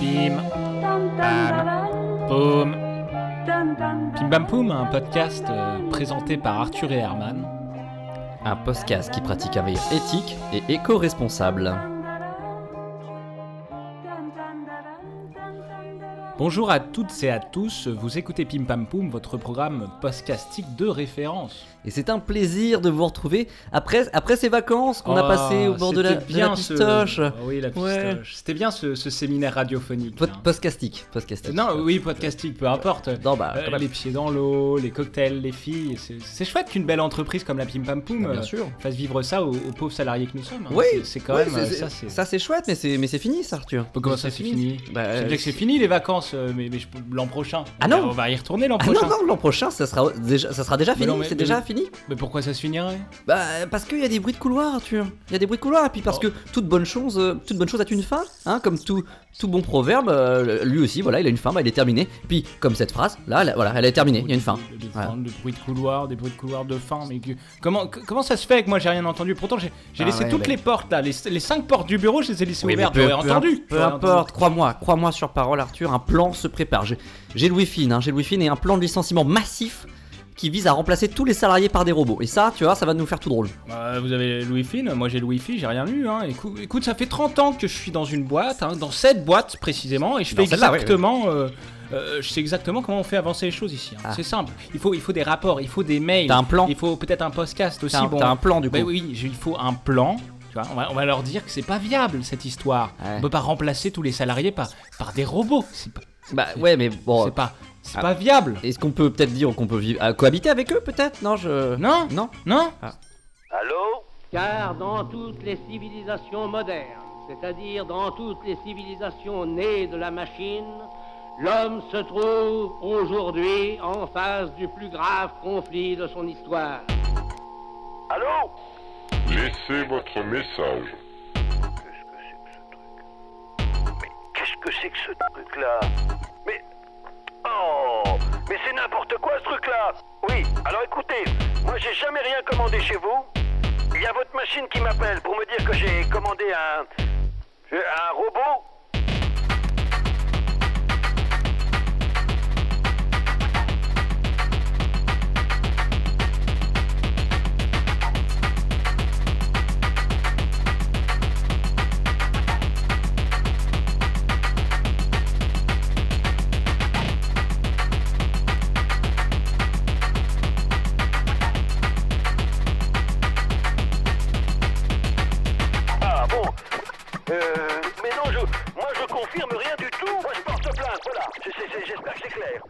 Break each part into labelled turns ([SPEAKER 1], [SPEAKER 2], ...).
[SPEAKER 1] Bim, bam, boum. Pim Bam Poum, un podcast euh, présenté par Arthur et Herman.
[SPEAKER 2] Un podcast qui pratique un veilleur éthique et éco-responsable.
[SPEAKER 1] Bonjour à toutes et à tous, vous écoutez Pim Pam Poum, votre programme podcastique de référence.
[SPEAKER 2] Et c'est un plaisir de vous retrouver après, après ces vacances qu'on a
[SPEAKER 1] Oh,
[SPEAKER 2] passées au bord de la,
[SPEAKER 1] c'était
[SPEAKER 2] de la
[SPEAKER 1] ce-
[SPEAKER 2] pistoche.
[SPEAKER 1] Ah Oui, la pistoche.
[SPEAKER 2] Ouais.
[SPEAKER 1] C'était bien ce, ce séminaire radiophonique.
[SPEAKER 2] Pod-
[SPEAKER 1] hein.
[SPEAKER 2] Podcastique, podcastique.
[SPEAKER 1] Non, oui, podcastique, peu importe.
[SPEAKER 2] Non, bah,
[SPEAKER 1] Euh,
[SPEAKER 2] quand même.
[SPEAKER 1] les pieds dans l'eau, les cocktails, les filles. C'est c'est chouette qu'une belle entreprise comme la Pim Pam Poum
[SPEAKER 2] Bah, bien
[SPEAKER 1] euh,
[SPEAKER 2] sûr.
[SPEAKER 1] fasse vivre ça aux, aux pauvres salariés que nous sommes. hein.
[SPEAKER 2] Oui,
[SPEAKER 1] C'est- c'est quand
[SPEAKER 2] Ouais,
[SPEAKER 1] même
[SPEAKER 2] c'est-
[SPEAKER 1] euh,
[SPEAKER 2] c'est-
[SPEAKER 1] ça. c'est-
[SPEAKER 2] ça c'est chouette, mais c'est mais c'est fini, ça, Arthur.
[SPEAKER 1] Comment ça c'est fini
[SPEAKER 2] Bah,
[SPEAKER 1] Je
[SPEAKER 2] euh,
[SPEAKER 1] veux dire que c'est fini les vacances, euh, mais, mais je peux- l'an prochain.
[SPEAKER 2] Ah non
[SPEAKER 1] On va y retourner l'an
[SPEAKER 2] Ah
[SPEAKER 1] prochain.
[SPEAKER 2] non, non, l'an prochain, ça sera déjà, ça sera déjà
[SPEAKER 1] Mais
[SPEAKER 2] fini.
[SPEAKER 1] non, mais-
[SPEAKER 2] c'est
[SPEAKER 1] mais-
[SPEAKER 2] déjà fini.
[SPEAKER 1] Mais pourquoi ça se finirait
[SPEAKER 2] Bah, parce qu'il y a des bruits de couloir, Arthur. Il y a des bruits de couloir, et puis parce
[SPEAKER 1] Oh.
[SPEAKER 2] que toute bonne chose, euh, toute bonne chose a une fin, hein, comme tout, tout bon proverbe. euh, lui aussi, voilà, il a une fin, bah, il est terminé. Puis, comme cette phrase, là, elle- voilà, elle est terminée, il y a une fin.
[SPEAKER 1] Des, des-
[SPEAKER 2] Voilà.
[SPEAKER 1] des bruits de couloir, des bruits de couloir de fin. Mais que- comment, que- comment ça se fait que moi j'ai rien entendu Pourtant j'ai j'ai
[SPEAKER 2] Ah
[SPEAKER 1] laissé
[SPEAKER 2] ouais,
[SPEAKER 1] toutes
[SPEAKER 2] mais-
[SPEAKER 1] les portes là, les, les cinq portes du bureau, je les ai laissées
[SPEAKER 2] Oui, mais
[SPEAKER 1] ouvertes.
[SPEAKER 2] peu-
[SPEAKER 1] J'aurais
[SPEAKER 2] peu-
[SPEAKER 1] entendu.
[SPEAKER 2] euh, Peu
[SPEAKER 1] j'aurais entendu.
[SPEAKER 2] importe, crois-moi, crois-moi sur parole, Arthur, un plan se prépare. J'ai- J'ai Louis Fine, hein, j'ai Louis Fine et un plan de licenciement massif qui vise à remplacer tous les salariés par des robots. Et ça, tu vois, ça va nous faire tout drôle.
[SPEAKER 1] Bah, vous avez Louis Fine, moi j'ai Louis Fine, j'ai rien lu. Hein. Écou- Écoute, ça fait 30 ans que je suis dans une boîte, hein, dans cette boîte précisément, et je fais
[SPEAKER 2] Dans celle-là, oui, oui.
[SPEAKER 1] exactement. euh, euh, je sais exactement comment on fait avancer les choses ici. hein.
[SPEAKER 2] Ah.
[SPEAKER 1] C'est simple. Il faut, il faut des rapports, il faut des mails.
[SPEAKER 2] T'as un plan
[SPEAKER 1] Il faut peut-être un podcast aussi.
[SPEAKER 2] T'as un,
[SPEAKER 1] bon,
[SPEAKER 2] t'as un plan du coup.
[SPEAKER 1] Bah oui, j'ai- il faut un plan. Tu vois, on, va, on va leur dire que c'est pas viable cette histoire.
[SPEAKER 2] Ouais.
[SPEAKER 1] On peut pas remplacer tous les salariés par, par des robots. C'est pas,
[SPEAKER 2] Bah ouais, mais bon.
[SPEAKER 1] c'est pas, c'est
[SPEAKER 2] Ah.
[SPEAKER 1] pas viable.
[SPEAKER 2] Est-ce qu'on peut peut-être dire qu'on peut vivre, euh, cohabiter avec eux peut-être Non, je.
[SPEAKER 1] Non,
[SPEAKER 2] Non
[SPEAKER 1] non.
[SPEAKER 3] Allô
[SPEAKER 4] Car dans toutes les civilisations modernes, c'est-à-dire dans toutes les civilisations nées de la machine, l'homme se trouve aujourd'hui en face du plus grave conflit de son histoire.
[SPEAKER 3] Allô
[SPEAKER 5] Laissez votre message.
[SPEAKER 3] Qu'est-ce que c'est que ce truc Mais qu'est-ce que c'est que ce truc-là Mais... Oh Mais c'est n'importe quoi ce truc-là Oui, alors écoutez, moi j'ai jamais rien commandé chez vous. Il y a votre machine qui m'appelle pour me dire que j'ai commandé un... Un robot Ah bon Euh... Mais non, je... Moi je confirme rien du tout. Moi je porte plainte, voilà. C'est- c'est- c'est- J'espère que c'est clair.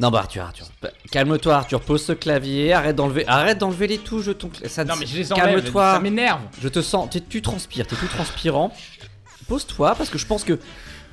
[SPEAKER 2] Non, bah Arthur, Arthur. bah, Calme-toi, Arthur. Pose ce clavier. Arrête d'enlever, arrête d'enlever les touches de ton. cla- Ça, ne-
[SPEAKER 1] Non mais je les enlève.
[SPEAKER 2] Calme-toi.
[SPEAKER 1] Ça m'énerve.
[SPEAKER 2] Je te sens, t'es- tu transpires, t'es tout transpirant. Pose-toi, parce que je pense que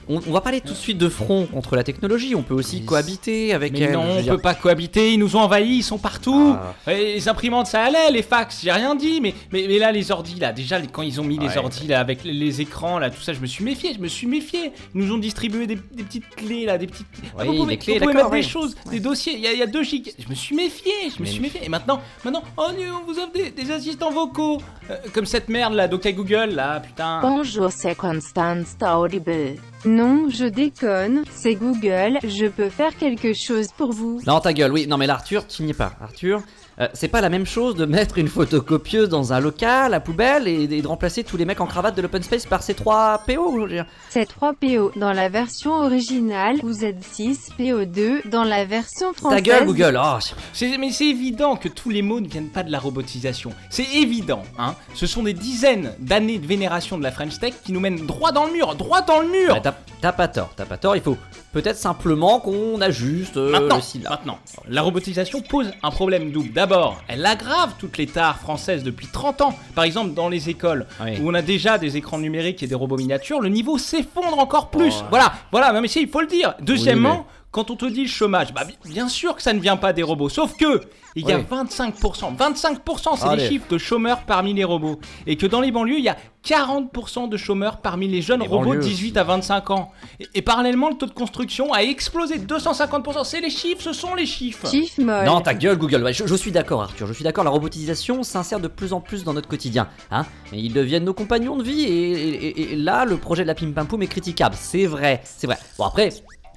[SPEAKER 2] on, on va pas aller tout de suite de front contre la technologie. On peut aussi
[SPEAKER 1] Mais
[SPEAKER 2] cohabiter avec
[SPEAKER 1] Mais
[SPEAKER 2] elle.
[SPEAKER 1] non,
[SPEAKER 2] je veux
[SPEAKER 1] on
[SPEAKER 2] dire.
[SPEAKER 1] peut pas cohabiter, ils nous ont envahis, ils sont partout.
[SPEAKER 2] Ah.
[SPEAKER 1] Et les imprimantes, ça allait, les fax, j'ai rien dit, mais, mais, mais là, les ordis, là, déjà, les- quand ils ont mis les
[SPEAKER 2] Ouais,
[SPEAKER 1] ordis, là, avec les, les écrans, là, tout ça, je me suis méfié, je me suis méfié. Ils nous ont distribué des, des petites clés, là, des petites. Ah,
[SPEAKER 2] Oui,
[SPEAKER 1] vous pouvez,
[SPEAKER 2] les clés,
[SPEAKER 1] vous pouvez
[SPEAKER 2] d'accord,
[SPEAKER 1] mettre des
[SPEAKER 2] oui.
[SPEAKER 1] choses, des dossiers, il y, a- il y a 2 gigas. Je me suis méfié, je me
[SPEAKER 2] Mais-
[SPEAKER 1] suis méfié. Et maintenant, maintenant, oh, on vous offre des, des assistants vocaux, euh, comme cette merde, là, d'OK Google, là, putain.
[SPEAKER 6] Bonjour, c'est Constance Horrible. Non, je déconne, c'est Google, je peux faire quelque chose pour vous.
[SPEAKER 2] Non, ta gueule, oui. Non, mais là, Arthur, tu n'y es pas. Arthur, euh, c'est pas la même chose de mettre une photocopieuse dans un local à poubelle et, et de remplacer tous les mecs en cravate de l'open space par ces trois PO. je veux dire.
[SPEAKER 6] C'est 3PO dans la version originale, vous êtes 6PO2 dans la version
[SPEAKER 2] Ta
[SPEAKER 6] française.
[SPEAKER 2] gueule, Google. Oh,
[SPEAKER 1] C'est- mais c'est évident que tous les mots ne viennent pas de la robotisation. C'est évident, hein. Ce sont des dizaines d'années de vénération de la French Tech qui nous mènent droit dans le mur, droit dans le mur.
[SPEAKER 2] bah, t'as- t'as pas tort, t'as pas tort. Il faut peut-être simplement qu'on ajuste euh,
[SPEAKER 1] Maintenant,
[SPEAKER 2] le syllabe.
[SPEAKER 1] maintenant, la robotisation pose un problème double. D'abord, elle aggrave toutes les tares françaises depuis 30 ans. Par exemple, dans les écoles,
[SPEAKER 2] Oui.
[SPEAKER 1] où on a déjà des écrans numériques et des robots miniatures, le niveau s'effondre encore plus.
[SPEAKER 2] Oh.
[SPEAKER 1] Voilà, voilà, non mais si, il faut le dire. Deuxièmement, Quand on te dit le chômage, bah bi- bien sûr que ça ne vient pas des robots. Sauf que il y a
[SPEAKER 2] Oui.
[SPEAKER 1] 25%. 25% c'est les
[SPEAKER 2] Allez.
[SPEAKER 1] chiffres de chômeurs parmi les robots. Et que dans les banlieues, il y a 40% de chômeurs parmi les jeunes
[SPEAKER 2] Les
[SPEAKER 1] robots de
[SPEAKER 2] banlieues
[SPEAKER 1] 18 à 25 ans. Et, et parallèlement, le taux de construction a explosé de 250%. C'est les chiffres, ce sont les chiffres.
[SPEAKER 6] Chiffre molle.
[SPEAKER 2] Non, ta gueule, Google. Ouais, je, je suis d'accord, Arthur. Je suis d'accord. La robotisation s'insère de plus en plus dans notre quotidien. Hein et ils deviennent nos compagnons de vie. Et, et- et là, le projet de la Pim Pam Poum est critiquable. C'est vrai. C'est vrai. Bon, après.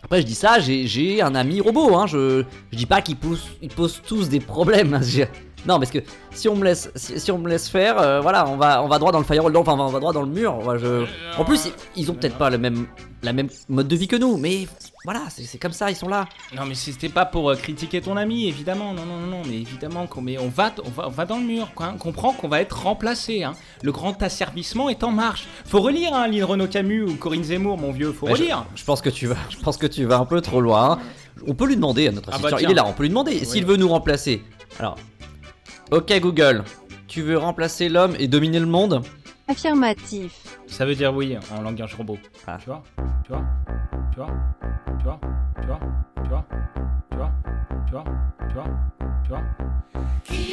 [SPEAKER 2] Après, je dis ça, j'ai- j'ai un ami robot, hein. je, je dis pas qu'ils poussent- ils posent tous des problèmes. hein. Je- non, parce que si on me laisse, si, si on me laisse faire, euh, voilà, on va, on va droit dans le firewall, non, enfin, on va droit dans le mur. Moi, je- En plus, ils, ils ont peut-être pas le même, la même mode de vie que nous, mais voilà, c'est c'est comme ça, ils sont là.
[SPEAKER 1] Non mais c'était pas pour euh, critiquer ton ami, évidemment. Non non non, non, mais évidemment qu'on mais on va on va on va dans le mur. Quoi, hein. Comprends qu'on va être remplacé. Hein. Le grand asservissement est en marche. Faut relire hein, Lynn Renaud Camus ou Corinne Zemmour, mon vieux. Faut
[SPEAKER 2] Ouais, je,
[SPEAKER 1] relire.
[SPEAKER 2] je pense que tu vas, je pense que tu vas un peu trop loin. On peut lui demander à notre
[SPEAKER 1] Ah bah
[SPEAKER 2] assistant.
[SPEAKER 1] tiens.
[SPEAKER 2] il est là, on peut lui demander
[SPEAKER 1] Oui.
[SPEAKER 2] s'il veut nous remplacer. Alors, ok Google, tu veux remplacer l'homme et dominer le monde
[SPEAKER 6] Affirmatif.
[SPEAKER 1] Ça veut dire oui hein, en langage robot.
[SPEAKER 2] Ah.
[SPEAKER 1] Tu vois Tu vois Tu vois Tu vois Tu vois Tu vois Tu vois Tu vois Tu vois Tu vois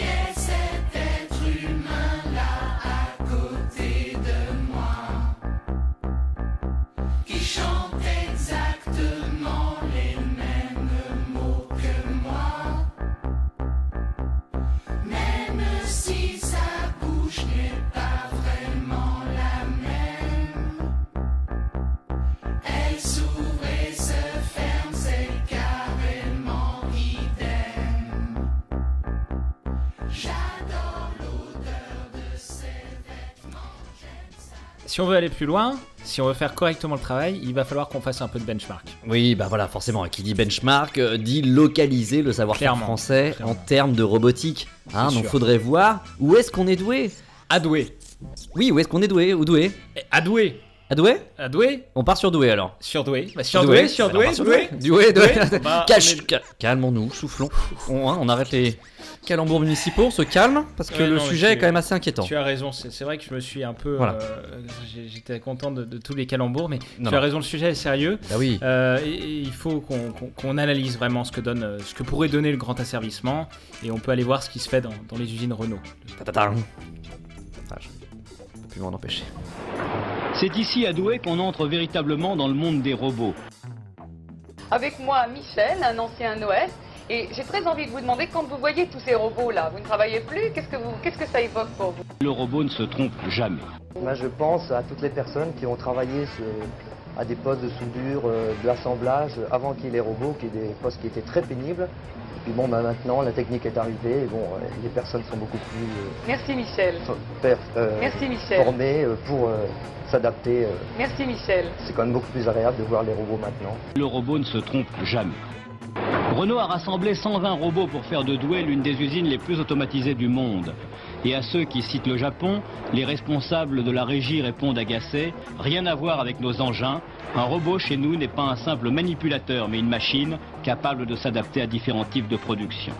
[SPEAKER 1] Si on veut aller plus loin, si on veut faire correctement le travail, il va falloir qu'on fasse un peu de benchmark.
[SPEAKER 2] Oui, bah voilà, forcément. Qui dit benchmark euh, dit localiser le savoir-faire
[SPEAKER 1] Clairement,
[SPEAKER 2] français
[SPEAKER 1] clairement.
[SPEAKER 2] en termes de robotique. Hein,
[SPEAKER 1] C'est
[SPEAKER 2] donc
[SPEAKER 1] sûr.
[SPEAKER 2] faudrait voir où est-ce qu'on est doué.
[SPEAKER 1] Adoué.
[SPEAKER 2] Oui, où est-ce qu'on est doué Où doué
[SPEAKER 1] Eh, Adoué.
[SPEAKER 2] À doué
[SPEAKER 1] Adoué.
[SPEAKER 2] On part sur doué alors.
[SPEAKER 1] Surdoué. Bah,
[SPEAKER 2] Doué,
[SPEAKER 1] surdoué. Surdoué.
[SPEAKER 2] alors, sur
[SPEAKER 1] Doué.
[SPEAKER 2] Doué, doué.
[SPEAKER 1] Doué, bah,
[SPEAKER 2] Cache-
[SPEAKER 1] on est-
[SPEAKER 2] ca- Ah, Calmons-nous, soufflons. On, hein, on arrête les calembours municipaux, on se calme, parce que
[SPEAKER 1] Ouais,
[SPEAKER 2] le
[SPEAKER 1] non, mais
[SPEAKER 2] sujet est
[SPEAKER 1] tu-
[SPEAKER 2] quand même assez inquiétant.
[SPEAKER 1] Tu as raison, c'est c'est vrai que je me suis un peu.
[SPEAKER 2] Voilà.
[SPEAKER 1] euh, j'ai- J'étais content de, de tous les calembours, mais
[SPEAKER 2] Non,
[SPEAKER 1] tu as
[SPEAKER 2] non.
[SPEAKER 1] raison, le sujet est sérieux.
[SPEAKER 2] Bah oui.
[SPEAKER 1] Euh, et, et il faut qu'on qu'on- qu'on analyse vraiment ce que, donne, euh, ce que pourrait donner le grand asservissement, et on peut aller voir ce qui se fait dans, dans les usines Renault.
[SPEAKER 2] Tatatin. Ah, je peux plus m'en empêcher.
[SPEAKER 7] C'est ici à Douai qu'on entre véritablement dans le monde des robots.
[SPEAKER 8] Avec moi, Michel, un ancien Noël. Et j'ai très envie de vous demander, quand vous voyez tous ces robots-là, vous ne travaillez plus, qu'est-ce que, vous, qu'est-ce que ça évoque pour vous
[SPEAKER 7] Le robot ne se trompe jamais.
[SPEAKER 9] Moi, je pense à toutes les personnes qui ont travaillé ce- à des postes de soudure, euh, de l'assemblage, euh, avant qu'il y ait les robots, qui étaient des postes qui étaient très pénibles. Et puis bon, bah, maintenant, la technique est arrivée, et bon, euh, les personnes sont beaucoup plus euh,
[SPEAKER 8] Merci Michel.
[SPEAKER 9] for- per- euh,
[SPEAKER 8] Merci Michel.
[SPEAKER 9] formées euh, pour euh, s'adapter. euh.
[SPEAKER 8] Merci Michel.
[SPEAKER 9] C'est quand même beaucoup plus agréable de voir les robots maintenant.
[SPEAKER 7] Le robot ne se trompe jamais. Renault a rassemblé 120 robots pour faire de Douai l'une des usines les plus automatisées du monde. Et à ceux qui citent le Japon, les responsables de la régie répondent agacés Rien à voir avec nos engins. Un robot chez nous n'est pas un simple manipulateur, mais une machine capable de s'adapter à différents types de production.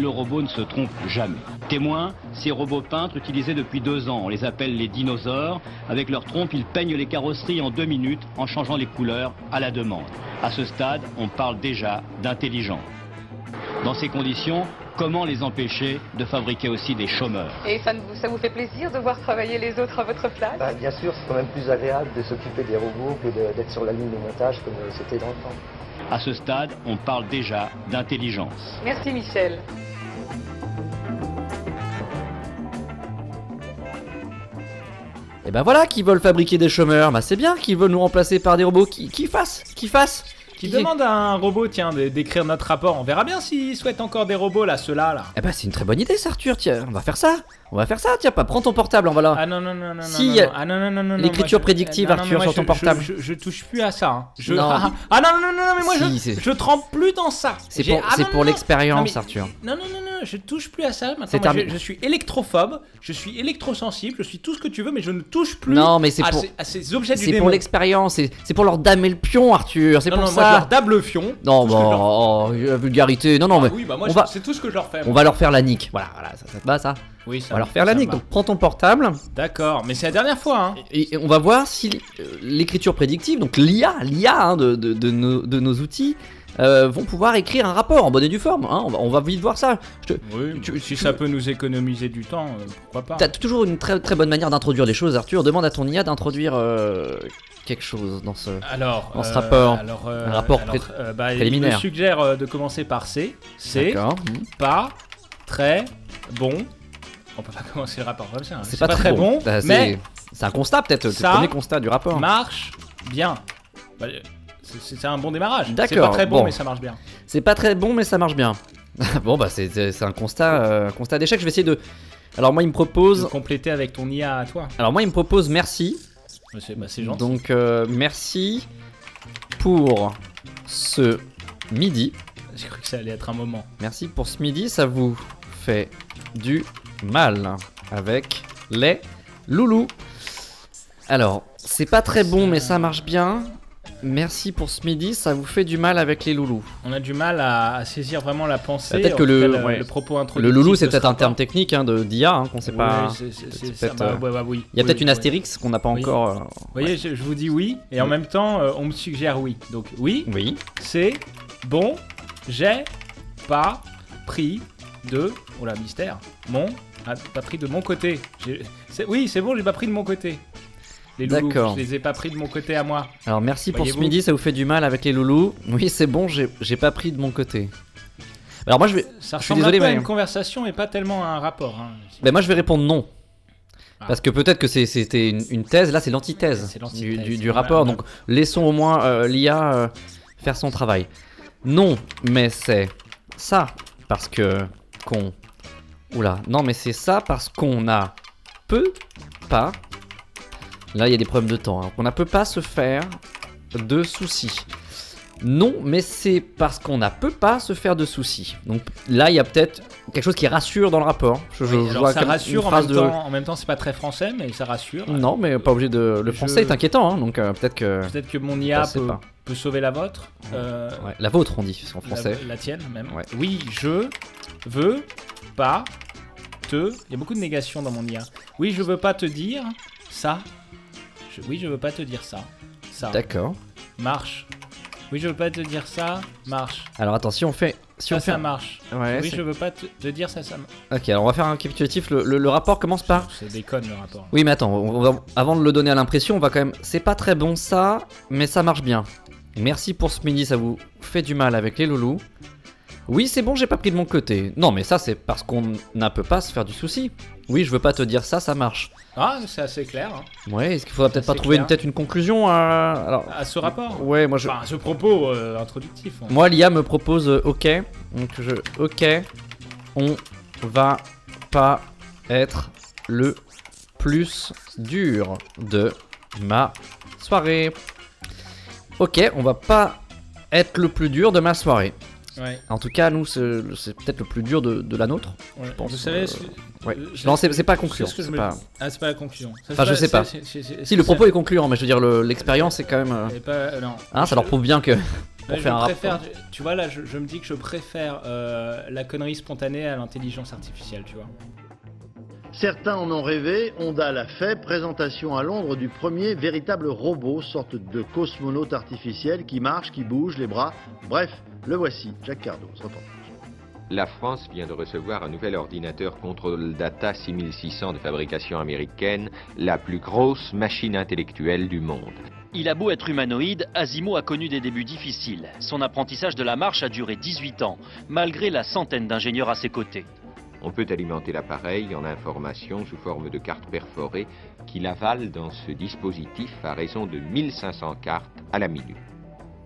[SPEAKER 7] Le robot ne se trompe jamais. Témoin, ces robots peintres utilisés depuis deux ans, on les appelle les dinosaures. Avec leur trompe, ils peignent les carrosseries en deux minutes en changeant les couleurs à la demande. À ce stade, on parle déjà d'intelligence. Dans ces conditions, comment les empêcher de fabriquer aussi des chômeurs
[SPEAKER 8] Et ça, ne vous, ça vous fait plaisir de voir travailler les autres à votre place
[SPEAKER 9] Bah, bien sûr, c'est quand même plus agréable de s'occuper des robots que de- d'être sur la ligne de montage comme euh, c'était dans le temps.
[SPEAKER 7] À ce stade, on parle déjà d'intelligence.
[SPEAKER 8] Merci Michel.
[SPEAKER 2] Et ben voilà, qui veulent fabriquer des chômeurs, bah c'est bien, qui veulent nous remplacer par des robots, qui, qui fassent, qui fassent.
[SPEAKER 1] Qui demande à un robot, tiens, d'é- d'écrire notre rapport. On verra bien s'il souhaite encore des robots, là, ceux-là, là.
[SPEAKER 2] Eh ben c'est une très bonne idée, ça, Arthur. Tiens, on va faire ça, on va faire ça. Tiens, pas prends ton portable, on va là.
[SPEAKER 1] Ah non, non, non, non,
[SPEAKER 2] Si,
[SPEAKER 1] non, non.
[SPEAKER 2] euh,
[SPEAKER 1] Ah non, non, non, non, non,
[SPEAKER 2] l'écriture
[SPEAKER 1] moi, je- Ah,
[SPEAKER 2] prédictive,
[SPEAKER 1] non, non, mais
[SPEAKER 2] Arthur,
[SPEAKER 1] moi,
[SPEAKER 2] sur
[SPEAKER 1] je-
[SPEAKER 2] ton
[SPEAKER 1] je-
[SPEAKER 2] portable.
[SPEAKER 1] Je, je touche plus à ça. hein. Je-
[SPEAKER 2] Non.
[SPEAKER 1] Ah, ah, ah, non, non, non, non, mais moi, je,
[SPEAKER 2] Si, c'est-
[SPEAKER 1] je trempe plus dans ça.
[SPEAKER 2] C'est
[SPEAKER 1] J'ai-
[SPEAKER 2] pour,
[SPEAKER 1] ah,
[SPEAKER 2] c'est
[SPEAKER 1] non,
[SPEAKER 2] pour
[SPEAKER 1] non, non.
[SPEAKER 2] l'expérience,
[SPEAKER 1] Non, mais-
[SPEAKER 2] Arthur.
[SPEAKER 1] Non, non, non, non, je touche plus à ça. Maintenant,
[SPEAKER 2] C'est
[SPEAKER 1] moi,
[SPEAKER 2] terminé.
[SPEAKER 1] je, je suis électrophobe, je suis électrosensible, je suis tout ce que tu veux, mais je ne touche plus
[SPEAKER 2] Non, mais c'est
[SPEAKER 1] à,
[SPEAKER 2] pour-
[SPEAKER 1] ces, à ces objets du
[SPEAKER 2] C'est pour
[SPEAKER 1] démon.
[SPEAKER 2] l'expérience, c'est c'est pour leur damer le pion, Arthur. C'est
[SPEAKER 1] Non,
[SPEAKER 2] pour
[SPEAKER 1] non, moi, je leur
[SPEAKER 2] ça.
[SPEAKER 1] dable le fion.
[SPEAKER 2] Non,
[SPEAKER 1] tout ce que je leur-
[SPEAKER 2] bon, oh, la vulgarité. Non, non, mais
[SPEAKER 1] Oui, bah moi,
[SPEAKER 2] on
[SPEAKER 1] je-
[SPEAKER 2] va-
[SPEAKER 1] c'est tout ce que je leur fais.
[SPEAKER 2] on va leur faire la nique. Voilà, voilà, ça, ça te va, ça.
[SPEAKER 1] Oui,
[SPEAKER 2] On va leur faire la nique. Donc prends ton portable
[SPEAKER 1] D'accord, mais c'est la dernière fois, hein.
[SPEAKER 2] et et on va voir si euh, l'écriture prédictive, donc l'IA, l'IA hein, de, de- de nos, de nos outils, euh, vont pouvoir écrire un rapport en bonne et due forme. hein. On, va, on va vite voir ça. Je te-
[SPEAKER 1] Oui,
[SPEAKER 2] Tu-
[SPEAKER 1] si
[SPEAKER 2] tu-
[SPEAKER 1] ça peut nous économiser du temps, euh, pourquoi pas.
[SPEAKER 2] T'as toujours une très très bonne manière d'introduire les choses, Arthur. Demande à ton IA d'introduire euh, quelque chose dans ce.
[SPEAKER 1] Alors,
[SPEAKER 2] Dans ce rapport.
[SPEAKER 1] alors, euh,
[SPEAKER 2] Un rapport
[SPEAKER 1] alors,
[SPEAKER 2] pré-
[SPEAKER 1] euh, bah, Il
[SPEAKER 2] préliminaire.
[SPEAKER 1] me suggère euh, de commencer par C. C'est
[SPEAKER 2] D'accord.
[SPEAKER 1] pas très bon. On peut pas commencer le rapport comme ça. hein.
[SPEAKER 2] C'est pas, très bon. Bah, c'est-
[SPEAKER 1] mais
[SPEAKER 2] c'est un constat peut-être. C'est
[SPEAKER 1] ça
[SPEAKER 2] le premier constat du rapport.
[SPEAKER 1] marche bien. Bah, euh, c'est- C'est un bon démarrage. C'est
[SPEAKER 2] D'accord,
[SPEAKER 1] pas très bon,
[SPEAKER 2] bon.
[SPEAKER 1] mais ça marche bien.
[SPEAKER 2] C'est pas très bon, mais ça marche bien. bon bah c'est- c'est c'est un constat euh, un constat d'échec. Je vais essayer de. Alors moi il me
[SPEAKER 1] De
[SPEAKER 2] propose.
[SPEAKER 1] compléter avec ton IA à toi.
[SPEAKER 2] Alors moi il me propose merci.
[SPEAKER 1] Mais C'est bah, c'est gentil.
[SPEAKER 2] Donc euh, merci pour ce midi.
[SPEAKER 1] J'ai cru que ça allait être un moment.
[SPEAKER 2] Merci pour ce midi, ça vous fait du mal avec les loulous. Alors, c'est pas très bon, mais ça marche bien. Merci pour ce midi, ça vous fait du mal avec les loulous.
[SPEAKER 1] On a du mal à, à saisir vraiment la pensée.
[SPEAKER 2] Peut-être
[SPEAKER 1] en
[SPEAKER 2] que
[SPEAKER 1] tout
[SPEAKER 2] le-
[SPEAKER 1] cas,
[SPEAKER 2] ouais.
[SPEAKER 1] propos
[SPEAKER 2] Le
[SPEAKER 1] introductif.
[SPEAKER 2] loulou,
[SPEAKER 1] de
[SPEAKER 2] c'est
[SPEAKER 1] ce
[SPEAKER 2] peut-être un
[SPEAKER 1] rapport.
[SPEAKER 2] terme technique hein, de d'IA, hein, qu'on sait
[SPEAKER 1] Oui,
[SPEAKER 2] pas.
[SPEAKER 1] c'est- c'est- c'est-
[SPEAKER 2] peut-être,
[SPEAKER 1] ça- Bah,
[SPEAKER 2] euh,
[SPEAKER 1] ouais, ouais, oui.
[SPEAKER 2] Il y a peut-être
[SPEAKER 1] Oui,
[SPEAKER 2] une
[SPEAKER 1] oui.
[SPEAKER 2] astérix qu'on n'a pas
[SPEAKER 1] Oui.
[SPEAKER 2] encore. euh,
[SPEAKER 1] Vous voyez, je, je vous dis oui, et en
[SPEAKER 2] Oui.
[SPEAKER 1] même temps, euh, on me suggère oui. Donc oui,
[SPEAKER 2] Oui.
[SPEAKER 1] c'est bon, j'ai pas pris de... Oh là, mystère. Mon... ah, pas pris de mon côté. J'ai- c'est- Oui, c'est bon, j'ai pas pris de mon côté. Les loulous,
[SPEAKER 2] D'accord.
[SPEAKER 1] je les ai pas pris de mon côté à moi.
[SPEAKER 2] Alors merci pour ce
[SPEAKER 1] Voyez-vous.
[SPEAKER 2] midi, ça vous fait du mal avec les loulous. Oui, c'est bon, j'ai j'ai pas pris de mon côté. Alors moi je vais,
[SPEAKER 1] Ça
[SPEAKER 2] Je suis
[SPEAKER 1] ressemble
[SPEAKER 2] désolé,
[SPEAKER 1] un peu à
[SPEAKER 2] mais-
[SPEAKER 1] une conversation et pas tellement à un rapport. hein.
[SPEAKER 2] Ben moi je vais répondre non.
[SPEAKER 1] Ah.
[SPEAKER 2] Parce que peut-être que c'est- c'était une, une thèse, là c'est l'antithèse
[SPEAKER 1] C'est
[SPEAKER 2] du,
[SPEAKER 1] l'antithèse.
[SPEAKER 2] du- du
[SPEAKER 1] Ouais,
[SPEAKER 2] rapport,
[SPEAKER 1] ouais.
[SPEAKER 2] donc laissons au moins euh, l'IA euh, faire son travail. Non, mais c'est ça, parce que qu'on... Oula, non mais c'est ça parce qu'on a peu pas... Là il y a des problèmes de temps, hein. on ne peut pas se faire de soucis. Non, mais c'est parce qu'on ne peut pas se faire de soucis. Donc là, il y a peut-être quelque chose qui rassure dans le rapport. Je, je-
[SPEAKER 1] Oui,
[SPEAKER 2] je
[SPEAKER 1] alors,
[SPEAKER 2] vois
[SPEAKER 1] ça
[SPEAKER 2] comme une
[SPEAKER 1] rassure en
[SPEAKER 2] phrase
[SPEAKER 1] même,
[SPEAKER 2] de-
[SPEAKER 1] temps, en même temps, c'est pas très français, mais ça rassure.
[SPEAKER 2] non, mais pas obligé de. Le
[SPEAKER 1] Je-
[SPEAKER 2] français est inquiétant, hein, donc euh, peut-être que.
[SPEAKER 1] Peut-être que mon IA
[SPEAKER 2] Je sais
[SPEAKER 1] peut,
[SPEAKER 2] pas.
[SPEAKER 1] peut sauver la vôtre. Euh,
[SPEAKER 2] Ouais, la vôtre, on dit en
[SPEAKER 1] la-
[SPEAKER 2] français.
[SPEAKER 1] La, tienne, même.
[SPEAKER 2] Ouais.
[SPEAKER 1] Oui, je veux pas te. Il y a beaucoup de négations dans mon IA. Oui, je veux pas te dire ça. Je- Oui, je veux pas te dire ça. Ça.
[SPEAKER 2] D'accord.
[SPEAKER 1] Marche. Oui, je veux pas te dire ça. Marche.
[SPEAKER 2] Alors attends, si on fait. Si
[SPEAKER 1] ça,
[SPEAKER 2] on fait.
[SPEAKER 1] ça marche.
[SPEAKER 2] Ouais,
[SPEAKER 1] oui,
[SPEAKER 2] c'est-
[SPEAKER 1] je veux pas te, te dire ça. Ça marche.
[SPEAKER 2] Ok, alors on va faire un récapitulatif. Le, le- le rapport commence par.
[SPEAKER 1] Ça déconne le rapport.
[SPEAKER 2] Oui, mais attends, on va- avant de le donner à l'impression, on va quand même. C'est pas très bon ça, mais ça marche bien. Merci pour ce midi, ça vous fait du mal avec les loulous. Oui, c'est bon, j'ai pas pris de mon côté. Non, mais ça, c'est parce qu'on ne peut pas se faire du souci. Oui, je veux pas te dire ça, ça marche.
[SPEAKER 1] Ah, c'est assez clair hein,
[SPEAKER 2] Ouais, est-ce qu'il faudra peut-être pas
[SPEAKER 1] c'est
[SPEAKER 2] trouver une-
[SPEAKER 1] clair.
[SPEAKER 2] peut-être une conclusion à. Alors.
[SPEAKER 1] à ce rapport.
[SPEAKER 2] Ouais, moi je.
[SPEAKER 1] Enfin, ce propos euh, introductif. hein.
[SPEAKER 2] Moi, l'IA me propose euh, OK. Donc, je. OK. On va pas être le plus dur de ma soirée. Ok, on va pas être le plus dur de ma soirée.
[SPEAKER 1] Ouais.
[SPEAKER 2] En tout cas, nous, c'est c'est peut-être le plus dur de, de la nôtre.
[SPEAKER 1] Ouais,
[SPEAKER 2] pense,
[SPEAKER 1] Vous savez,
[SPEAKER 2] euh,
[SPEAKER 1] c'est-
[SPEAKER 2] ouais.
[SPEAKER 1] euh, c'est-
[SPEAKER 2] Non, c'est
[SPEAKER 1] c'est-
[SPEAKER 2] c'est pas
[SPEAKER 1] c'est
[SPEAKER 2] concluant.
[SPEAKER 1] ce que je
[SPEAKER 2] c'est
[SPEAKER 1] me-
[SPEAKER 2] pas-
[SPEAKER 1] Ah, c'est pas la conclusion. Ça,
[SPEAKER 2] Enfin,
[SPEAKER 1] c'est
[SPEAKER 2] je sais pas.
[SPEAKER 1] c'est- c'est- c'est-
[SPEAKER 2] Si, le
[SPEAKER 1] c'est-
[SPEAKER 2] propos est concluant, mais je veux dire, le- l'expérience, c'est quand même. euh,
[SPEAKER 1] Et pas- euh, non.
[SPEAKER 2] hein, ça leur
[SPEAKER 1] Je-
[SPEAKER 2] prouve bien que.
[SPEAKER 1] Ouais,
[SPEAKER 2] fait
[SPEAKER 1] je
[SPEAKER 2] un rapport.
[SPEAKER 1] préfère, tu vois là, je, je me dis que je préfère euh, la connerie spontanée à l'intelligence artificielle, tu vois.
[SPEAKER 10] Certains en ont rêvé, Honda l'a fait, présentation à Londres du premier véritable robot, sorte de cosmonaute artificiel qui marche, qui bouge les bras. Bref, le voici, Jacques Cardos, reportage.
[SPEAKER 11] La France vient de recevoir un nouvel ordinateur Control Data 6600 de fabrication américaine, la plus grosse machine intellectuelle du monde.
[SPEAKER 7] Il a beau être humanoïde, Asimo a connu des débuts difficiles. Son apprentissage de la marche a duré 18 ans, malgré la centaine d'ingénieurs à ses côtés.
[SPEAKER 11] On peut alimenter l'appareil en informations sous forme de cartes perforées qu'il avale dans ce dispositif à raison de 1500 cartes à la minute.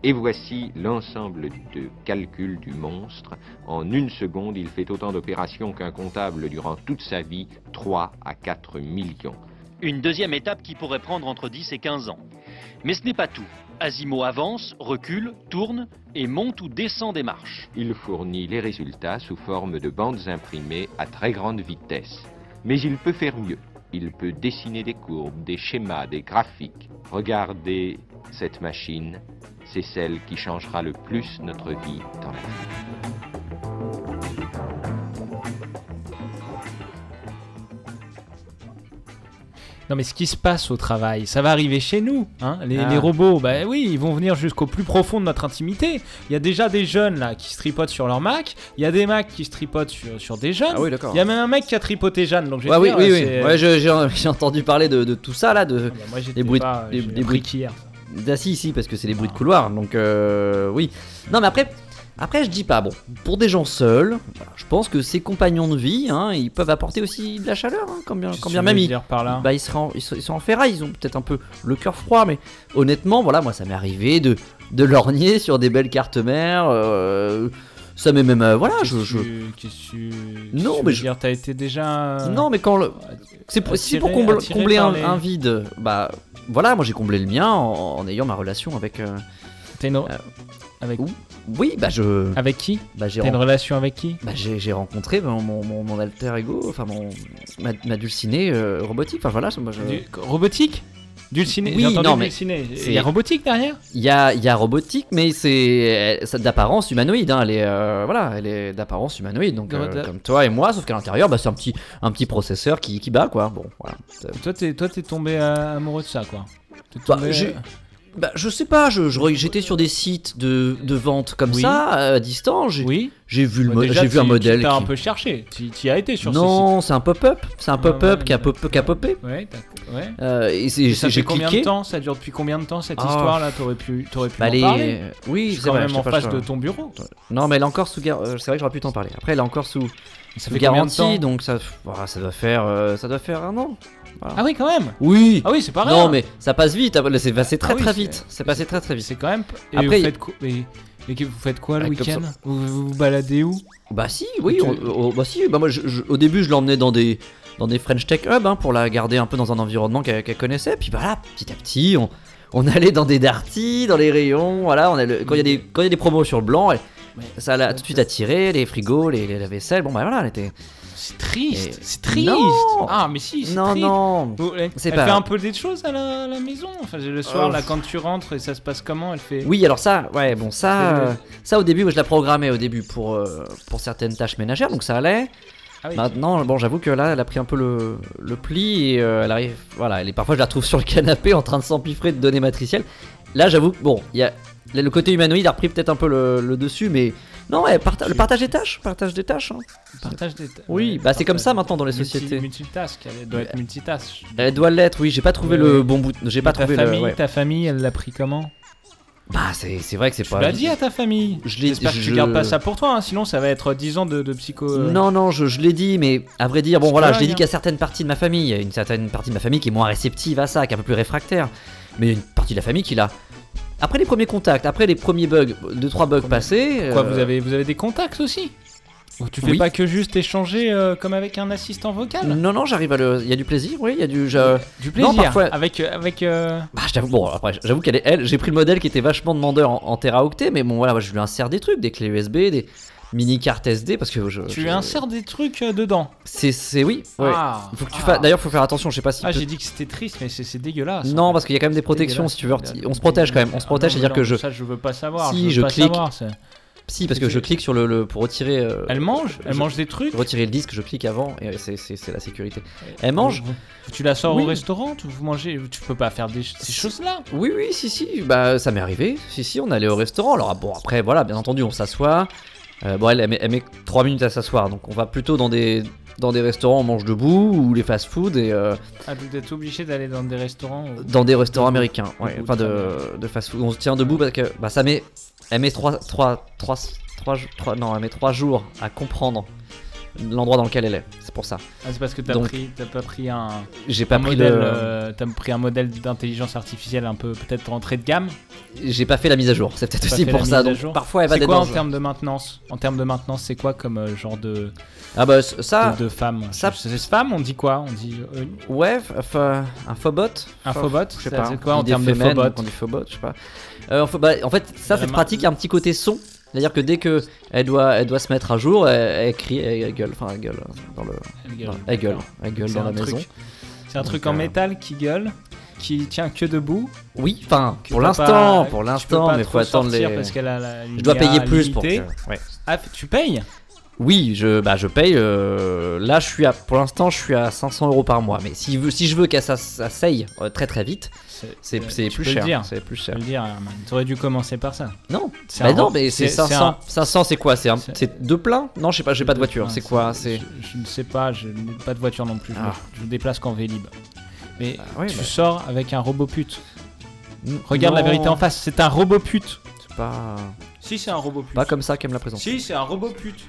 [SPEAKER 11] Et voici l'ensemble de calculs du monstre. En une seconde, il fait autant d'opérations qu'un comptable durant toute sa vie, 3 à 4 millions.
[SPEAKER 7] Une deuxième étape qui pourrait prendre entre 10 et 15 ans. Mais ce n'est pas tout. Asimo avance, recule, tourne et monte ou descend des marches.
[SPEAKER 11] Il fournit les résultats sous forme de bandes imprimées à très grande vitesse. Mais il peut faire mieux. Il peut dessiner des courbes, des schémas, des graphiques. Regardez cette machine. C'est celle qui changera le plus notre vie dans la vie.
[SPEAKER 1] Non mais ce qui se passe au travail, ça va arriver chez nous. hein. Les,
[SPEAKER 2] Ah.
[SPEAKER 1] les robots, bah oui, ils vont venir jusqu'au plus profond de notre intimité. Il y a déjà des jeunes là qui se tripotent sur leur Mac. Il y a des Macs qui se tripotent sur, sur des jeunes.
[SPEAKER 2] Ah oui, d'accord.
[SPEAKER 1] Il y a même un mec qui a tripoté Jeanne. Donc j'ai
[SPEAKER 2] Ouais,
[SPEAKER 1] te
[SPEAKER 2] oui,
[SPEAKER 1] dire, euh,
[SPEAKER 2] oui, oui.
[SPEAKER 1] c'est- euh,
[SPEAKER 2] Ouais, je- j'ai j'ai entendu parler de, de tout ça là, de
[SPEAKER 1] moi, j'étais
[SPEAKER 2] des bruits,
[SPEAKER 1] pas,
[SPEAKER 2] des,
[SPEAKER 1] j'ai
[SPEAKER 2] des
[SPEAKER 1] appris
[SPEAKER 2] bruits
[SPEAKER 1] qu'hier.
[SPEAKER 2] Ah si, si, parce que c'est des bruits de couloir, donc euh, oui. Non, mais après, après je dis pas. Bon, pour des gens seuls, voilà, je pense que ces compagnons de vie, hein, ils peuvent apporter aussi de la chaleur, hein, quand bien, quand bien
[SPEAKER 1] que
[SPEAKER 2] même
[SPEAKER 1] je veux
[SPEAKER 2] ils,
[SPEAKER 1] dire hein par là
[SPEAKER 2] bah, ils, seront, ils, sont, ils sont en ferraille, ils ont peut-être un peu le cœur froid, mais honnêtement, voilà, moi ça m'est arrivé de de lorgner sur des belles cartes mères. euh, ça m'est même euh, voilà, je, je-
[SPEAKER 1] Qu'est-ce que tu-
[SPEAKER 2] Non,
[SPEAKER 1] qu'est-ce que tu
[SPEAKER 2] mais
[SPEAKER 1] veux
[SPEAKER 2] je-
[SPEAKER 1] dire T'as été déjà. euh,
[SPEAKER 2] Non, mais quand le. C'est pour, si c'est pour
[SPEAKER 1] attiré-
[SPEAKER 2] comble-
[SPEAKER 1] attiré
[SPEAKER 2] combler
[SPEAKER 1] par
[SPEAKER 2] un,
[SPEAKER 1] les-
[SPEAKER 2] un vide. Bah voilà, moi j'ai comblé le mien en, en ayant ma relation avec. euh, euh,
[SPEAKER 1] Avec
[SPEAKER 2] où Oui, bah je.
[SPEAKER 1] Avec qui
[SPEAKER 2] Bah j'ai.
[SPEAKER 1] T'as une
[SPEAKER 2] ren-
[SPEAKER 1] relation avec qui
[SPEAKER 2] bah, j'ai j'ai rencontré bah, mon, mon, mon alter ego, enfin mon ma, ma dulcinée euh, robotique. Enfin voilà, moi je.
[SPEAKER 1] Du- Robotique Dulciné
[SPEAKER 2] Oui,
[SPEAKER 1] J'ai entendu
[SPEAKER 2] non, mais
[SPEAKER 1] Dulciné. Il y
[SPEAKER 2] c'est-
[SPEAKER 1] a robotique derrière
[SPEAKER 2] Il y a, il y a robotique, mais c'est euh, ça- d'apparence humanoïde. hein, Elle est euh, voilà, elle est d'apparence humanoïde, donc
[SPEAKER 1] Comment
[SPEAKER 2] euh,
[SPEAKER 1] t'as-
[SPEAKER 2] comme toi et moi, sauf qu'à l'intérieur, bah, c'est un petit un petit processeur qui, qui bat quoi. Bon voilà. C'est-
[SPEAKER 1] Toi, t'es, toi, t'es tombé euh, amoureux de ça, quoi. T'es
[SPEAKER 2] Bah,
[SPEAKER 1] tombé,
[SPEAKER 2] j'ai-
[SPEAKER 1] euh,
[SPEAKER 2] bah, je sais pas, je- je re- j'étais sur des sites de, de vente comme
[SPEAKER 1] Oui.
[SPEAKER 2] ça, euh, à distance. J'ai
[SPEAKER 1] Oui.
[SPEAKER 2] j'ai vu, le
[SPEAKER 1] bah,
[SPEAKER 2] mo-
[SPEAKER 1] déjà,
[SPEAKER 2] j'ai vu un
[SPEAKER 1] tu- tu
[SPEAKER 2] modèle.
[SPEAKER 1] T'as un
[SPEAKER 2] qui-
[SPEAKER 1] peu cherché. Tu tu y as été sur ce
[SPEAKER 2] non, c'est un pop-up. C'est un
[SPEAKER 1] Ouais,
[SPEAKER 2] pop-up
[SPEAKER 1] ouais,
[SPEAKER 2] qui, a
[SPEAKER 1] mais-
[SPEAKER 2] pop- qui a popé.
[SPEAKER 1] site. Ouais, t'as- ouais.
[SPEAKER 2] Euh, et c'est-
[SPEAKER 1] Et ça fait
[SPEAKER 2] j'ai- j'ai
[SPEAKER 1] combien
[SPEAKER 2] cliqué.
[SPEAKER 1] de temps Ça dure depuis combien de temps cette
[SPEAKER 2] Ah,
[SPEAKER 1] histoire-là T'aurais pu, t'aurais pu
[SPEAKER 2] bah,
[SPEAKER 1] en
[SPEAKER 2] les-
[SPEAKER 1] parler
[SPEAKER 2] oui,
[SPEAKER 1] Je suis
[SPEAKER 2] c'est
[SPEAKER 1] quand
[SPEAKER 2] vrai,
[SPEAKER 1] même
[SPEAKER 2] je te
[SPEAKER 1] en
[SPEAKER 2] passe
[SPEAKER 1] face
[SPEAKER 2] ça.
[SPEAKER 1] de ton bureau.
[SPEAKER 2] Non, mais elle est encore sous gar- euh, C'est vrai que j'aurais pu t'en parler. Après, elle est encore sous,
[SPEAKER 1] Ça fait
[SPEAKER 2] sous
[SPEAKER 1] combien de temps
[SPEAKER 2] garantie, donc ça, voilà, ça doit faire, euh, ça doit faire un an.
[SPEAKER 1] Ah oui, quand même.
[SPEAKER 2] Oui.
[SPEAKER 1] Ah oui, c'est pas rien.
[SPEAKER 2] non, mais ça passe vite. après, C'est passé très
[SPEAKER 1] oui,
[SPEAKER 2] très
[SPEAKER 1] c'est-
[SPEAKER 2] vite. Ah C'est passé très très vite.
[SPEAKER 1] c'est quand même. Et
[SPEAKER 2] Après,
[SPEAKER 1] vous faites quoi et... et que vous faites quoi le
[SPEAKER 2] Ah, comme
[SPEAKER 1] week-end
[SPEAKER 2] ça.
[SPEAKER 1] vous, vous vous baladez où
[SPEAKER 2] Bah si, oui,
[SPEAKER 1] Tu-
[SPEAKER 2] on- on- bah si, bah moi je- je- au début je l'emmenais dans des dans des French Tech Hub hein, pour la garder un peu dans un environnement qu'elle qu'elle connaissait, puis voilà, petit à petit on, on allait dans des Darty, dans les rayons, voilà, on a le- quand il y a des quand il y a des promos sur le blanc, elle- ça l'a tout de suite attiré, les frigos, les, les- la vaisselle, bon bah voilà, elle était
[SPEAKER 1] C'est triste.
[SPEAKER 2] Et-
[SPEAKER 1] C'est triste.
[SPEAKER 2] Non
[SPEAKER 1] ah, mais si. c'est
[SPEAKER 2] non
[SPEAKER 1] triste.
[SPEAKER 2] non,
[SPEAKER 1] Vous- Elle,
[SPEAKER 2] C'est
[SPEAKER 1] elle
[SPEAKER 2] pas-
[SPEAKER 1] fait un peu des choses à la, à la maison. Enfin, le soir,
[SPEAKER 2] Oh.
[SPEAKER 1] là, quand tu rentres et ça se passe comment, elle fait.
[SPEAKER 2] oui alors ça, ouais bon ça,
[SPEAKER 1] C'est-
[SPEAKER 2] euh, ça au début moi je la programmais au début pour euh, pour certaines tâches ménagères, donc ça allait.
[SPEAKER 1] Ah oui.
[SPEAKER 2] Maintenant, bon, j'avoue que là, elle a pris un peu le, le pli et euh, elle arrive. Voilà, elle est, parfois je la trouve sur le canapé en train de s'empiffrer de données matricielles. Là, j'avoue que bon, il y a là, le côté humanoïde a repris peut-être un peu le, le dessus, mais non, ouais, parta- le partage des tâches, partage des tâches. hein.
[SPEAKER 1] Partage des ta- ouais,
[SPEAKER 2] Oui, bah, c'est
[SPEAKER 1] partage
[SPEAKER 2] comme ça,
[SPEAKER 1] des ta-
[SPEAKER 2] maintenant, dans les
[SPEAKER 1] multi-
[SPEAKER 2] sociétés.
[SPEAKER 1] Multitask, elle doit être multitask.
[SPEAKER 2] Elle doit l'être, oui. J'ai pas trouvé
[SPEAKER 1] Ouais.
[SPEAKER 2] le bon bout. J'ai pas
[SPEAKER 1] ta
[SPEAKER 2] trouvé
[SPEAKER 1] famille,
[SPEAKER 2] le. ouais.
[SPEAKER 1] ta famille, elle l'a pris comment
[SPEAKER 2] Bah, c'est c'est vrai que c'est
[SPEAKER 1] Tu
[SPEAKER 2] pas.
[SPEAKER 1] l'as dit à ta famille.
[SPEAKER 2] Je l'ai-
[SPEAKER 1] J'espère que tu
[SPEAKER 2] je-
[SPEAKER 1] gardes pas ça pour toi, hein, sinon ça va être 10 ans de, de psycho. euh,
[SPEAKER 2] Non, non, je, je l'ai dit, mais à vrai dire, bon
[SPEAKER 1] C'est
[SPEAKER 2] voilà,
[SPEAKER 1] pas
[SPEAKER 2] je l'ai
[SPEAKER 1] rien.
[SPEAKER 2] dit qu'à certaines parties de ma famille, il y a une certaine partie de ma famille qui est moins réceptive à ça, qui est un peu plus réfractaire. Mais il y a une partie de la famille qui l'a. Après les premiers contacts, après les premiers bugs, deux trois bugs passés.
[SPEAKER 1] Quoi,
[SPEAKER 2] euh,
[SPEAKER 1] vous avez, vous avez des contacts aussi Ou Tu fais
[SPEAKER 2] Oui.
[SPEAKER 1] pas que juste échanger euh, comme avec un assistant vocal Euh,
[SPEAKER 2] Non, non, j'arrive à le. Il y a du plaisir, oui, il y a du. je-
[SPEAKER 1] Du plaisir.
[SPEAKER 2] Non, parfois-
[SPEAKER 1] Avec. euh, avec euh,
[SPEAKER 2] Bah, j'avoue, bon, après, j'avoue qu'elle est elle. J'ai pris le modèle qui était vachement demandeur en, en teraoctets, mais bon, voilà, moi, je lui insère des trucs, des clés USB, des mini cartes SD, parce que je.
[SPEAKER 1] tu
[SPEAKER 2] Euh, je-
[SPEAKER 1] insères des trucs euh, dedans.
[SPEAKER 2] C'est, c'est oui. ouais.
[SPEAKER 1] Ah,
[SPEAKER 2] Faut que tu
[SPEAKER 1] ah.
[SPEAKER 2] fasses. D'ailleurs, faut faire attention. Je sais pas si.
[SPEAKER 1] Ah,
[SPEAKER 2] peut-
[SPEAKER 1] j'ai dit que c'était triste, mais c'est Ah, c'est dégueulasse.
[SPEAKER 2] Non, parce qu'il y a quand même des
[SPEAKER 1] C'est
[SPEAKER 2] protections,
[SPEAKER 1] dégueulasse.
[SPEAKER 2] si tu veux. On se protège quand même. On se
[SPEAKER 1] Ah
[SPEAKER 2] protège,
[SPEAKER 1] non, mais
[SPEAKER 2] c'est-à-dire que
[SPEAKER 1] non,
[SPEAKER 2] je.
[SPEAKER 1] Ça, je veux pas savoir.
[SPEAKER 2] Si,
[SPEAKER 1] veux
[SPEAKER 2] je
[SPEAKER 1] pas
[SPEAKER 2] clique.
[SPEAKER 1] savoir, c'est-
[SPEAKER 2] Si, parce que je clique sur le, le- pour retirer. euh,
[SPEAKER 1] Elle mange Elle
[SPEAKER 2] je-
[SPEAKER 1] mange des trucs
[SPEAKER 2] Retirer le disque, je clique avant et euh, c'est- c'est c'est la sécurité. Elle mange
[SPEAKER 1] Vous- Tu la sors
[SPEAKER 2] Oui.
[SPEAKER 1] au restaurant tu- Vous mangez Tu peux pas faire des, ch- ces choses-là
[SPEAKER 2] Oui, oui, si, si. Bah, ça m'est arrivé. Si, si, on allait au restaurant. Alors, ah, bon, après, voilà, bien entendu, on s'assoit. Euh, bon, elle, elle met, elle met 3 minutes à s'asseoir, donc on va plutôt dans des, dans des restaurants, on mange debout ou les fast-food et euh,
[SPEAKER 1] Ah, Vous êtes obligé d'aller dans des restaurants où-
[SPEAKER 2] dans des restaurants américains. Ouais,
[SPEAKER 1] Debout,
[SPEAKER 2] enfin,
[SPEAKER 1] très
[SPEAKER 2] de, de fast-food. On se tient debout parce que bah, ça met. Elle met 3, trois trois trois jours- trois- non, elle met trois jours à comprendre l'endroit dans lequel elle est. C'est pour ça.
[SPEAKER 1] Ah, c'est parce que t'as
[SPEAKER 2] Donc-
[SPEAKER 1] pris- t'as pas pris un.
[SPEAKER 2] J'ai pas
[SPEAKER 1] un
[SPEAKER 2] pris
[SPEAKER 1] modèle,
[SPEAKER 2] le.
[SPEAKER 1] euh, t'as pris un modèle d'intelligence artificielle un peu peut-être entrée de gamme.
[SPEAKER 2] J'ai pas fait la mise à jour, c'est peut-être
[SPEAKER 1] T'as
[SPEAKER 2] aussi
[SPEAKER 1] fait la
[SPEAKER 2] pour ça.
[SPEAKER 1] mise à
[SPEAKER 2] Donc
[SPEAKER 1] jour.
[SPEAKER 2] parfois elle va
[SPEAKER 1] C'est
[SPEAKER 2] être
[SPEAKER 1] quoi
[SPEAKER 2] dans
[SPEAKER 1] en termes de maintenance En termes de maintenance, c'est quoi comme euh, genre de
[SPEAKER 2] Ah bah c- ça,
[SPEAKER 1] de, de femme
[SPEAKER 2] ça-
[SPEAKER 1] Je- C'est femme, on dit quoi On dit euh,
[SPEAKER 2] ouais, f- f- un phobot.
[SPEAKER 1] un phobot
[SPEAKER 2] Je sais
[SPEAKER 1] Ça,
[SPEAKER 2] pas.
[SPEAKER 1] C'est quoi
[SPEAKER 2] on
[SPEAKER 1] en
[SPEAKER 2] dit
[SPEAKER 1] termes de
[SPEAKER 2] éphémène, donc
[SPEAKER 1] phobot
[SPEAKER 2] On dit phobot, je sais pas. Euh, en fa- bah, en fait, ça
[SPEAKER 1] La
[SPEAKER 2] c'est
[SPEAKER 1] main-
[SPEAKER 2] pratique, il y a un petit côté son. C'est-à-dire que dès que elle doit, elle doit se mettre à jour, elle, elle crie, elle, elle gueule, enfin elle gueule euh, dans le,
[SPEAKER 1] Elle gueule.
[SPEAKER 2] dans- elle gueule, elle gueule
[SPEAKER 1] C'est
[SPEAKER 2] dans la
[SPEAKER 1] un truc.
[SPEAKER 2] maison.
[SPEAKER 1] C'est un
[SPEAKER 2] Donc,
[SPEAKER 1] truc
[SPEAKER 2] euh,
[SPEAKER 1] en métal qui gueule, qui tient que debout.
[SPEAKER 2] Oui, enfin
[SPEAKER 1] que tu
[SPEAKER 2] pour
[SPEAKER 1] peux
[SPEAKER 2] l'instant,
[SPEAKER 1] pas-
[SPEAKER 2] pour
[SPEAKER 1] tu peux
[SPEAKER 2] l'instant,
[SPEAKER 1] pas
[SPEAKER 2] mais
[SPEAKER 1] trop
[SPEAKER 2] faut attendre
[SPEAKER 1] sortir
[SPEAKER 2] les.
[SPEAKER 1] Parce qu'elle a la
[SPEAKER 2] Je dois
[SPEAKER 1] l'IA
[SPEAKER 2] payer plus pour.
[SPEAKER 1] limitée.
[SPEAKER 2] que- ouais.
[SPEAKER 1] Ah, tu payes
[SPEAKER 2] Oui, je, bah, je paye. euh, là, je suis à, pour l'instant, je suis à 500 euros par mois. Mais si, veut- si je veux qu'elle s'as- s'asseye euh, très très vite, c'est c'est
[SPEAKER 1] Tu
[SPEAKER 2] plus
[SPEAKER 1] peux le
[SPEAKER 2] cher.
[SPEAKER 1] dire.
[SPEAKER 2] C'est plus cher.
[SPEAKER 1] Tu peux le dire, Herman. T'aurais dû commencer par ça.
[SPEAKER 2] Non,
[SPEAKER 1] C'est
[SPEAKER 2] Bah
[SPEAKER 1] un-
[SPEAKER 2] non, mais c'est 500.
[SPEAKER 1] un-
[SPEAKER 2] 500, c'est quoi C'est un- c'est deux pleins Non, je sais pas, j'ai pas de voiture.
[SPEAKER 1] pleins,
[SPEAKER 2] C'est quoi C'est
[SPEAKER 1] Je, je ne sais pas, je n'ai pas de voiture non plus. Je, me-
[SPEAKER 2] Ah.
[SPEAKER 1] je me déplace qu'en Vélib. Mais
[SPEAKER 2] oui,
[SPEAKER 1] tu
[SPEAKER 2] bah.
[SPEAKER 1] sors avec un robot pute. Regarde la vérité en face, c'est un robot pute. Bah
[SPEAKER 2] C'est pas.
[SPEAKER 1] Si, c'est un robot pute.
[SPEAKER 2] Pas comme ça qu'elle me la présente.
[SPEAKER 1] Si, c'est un robot pute.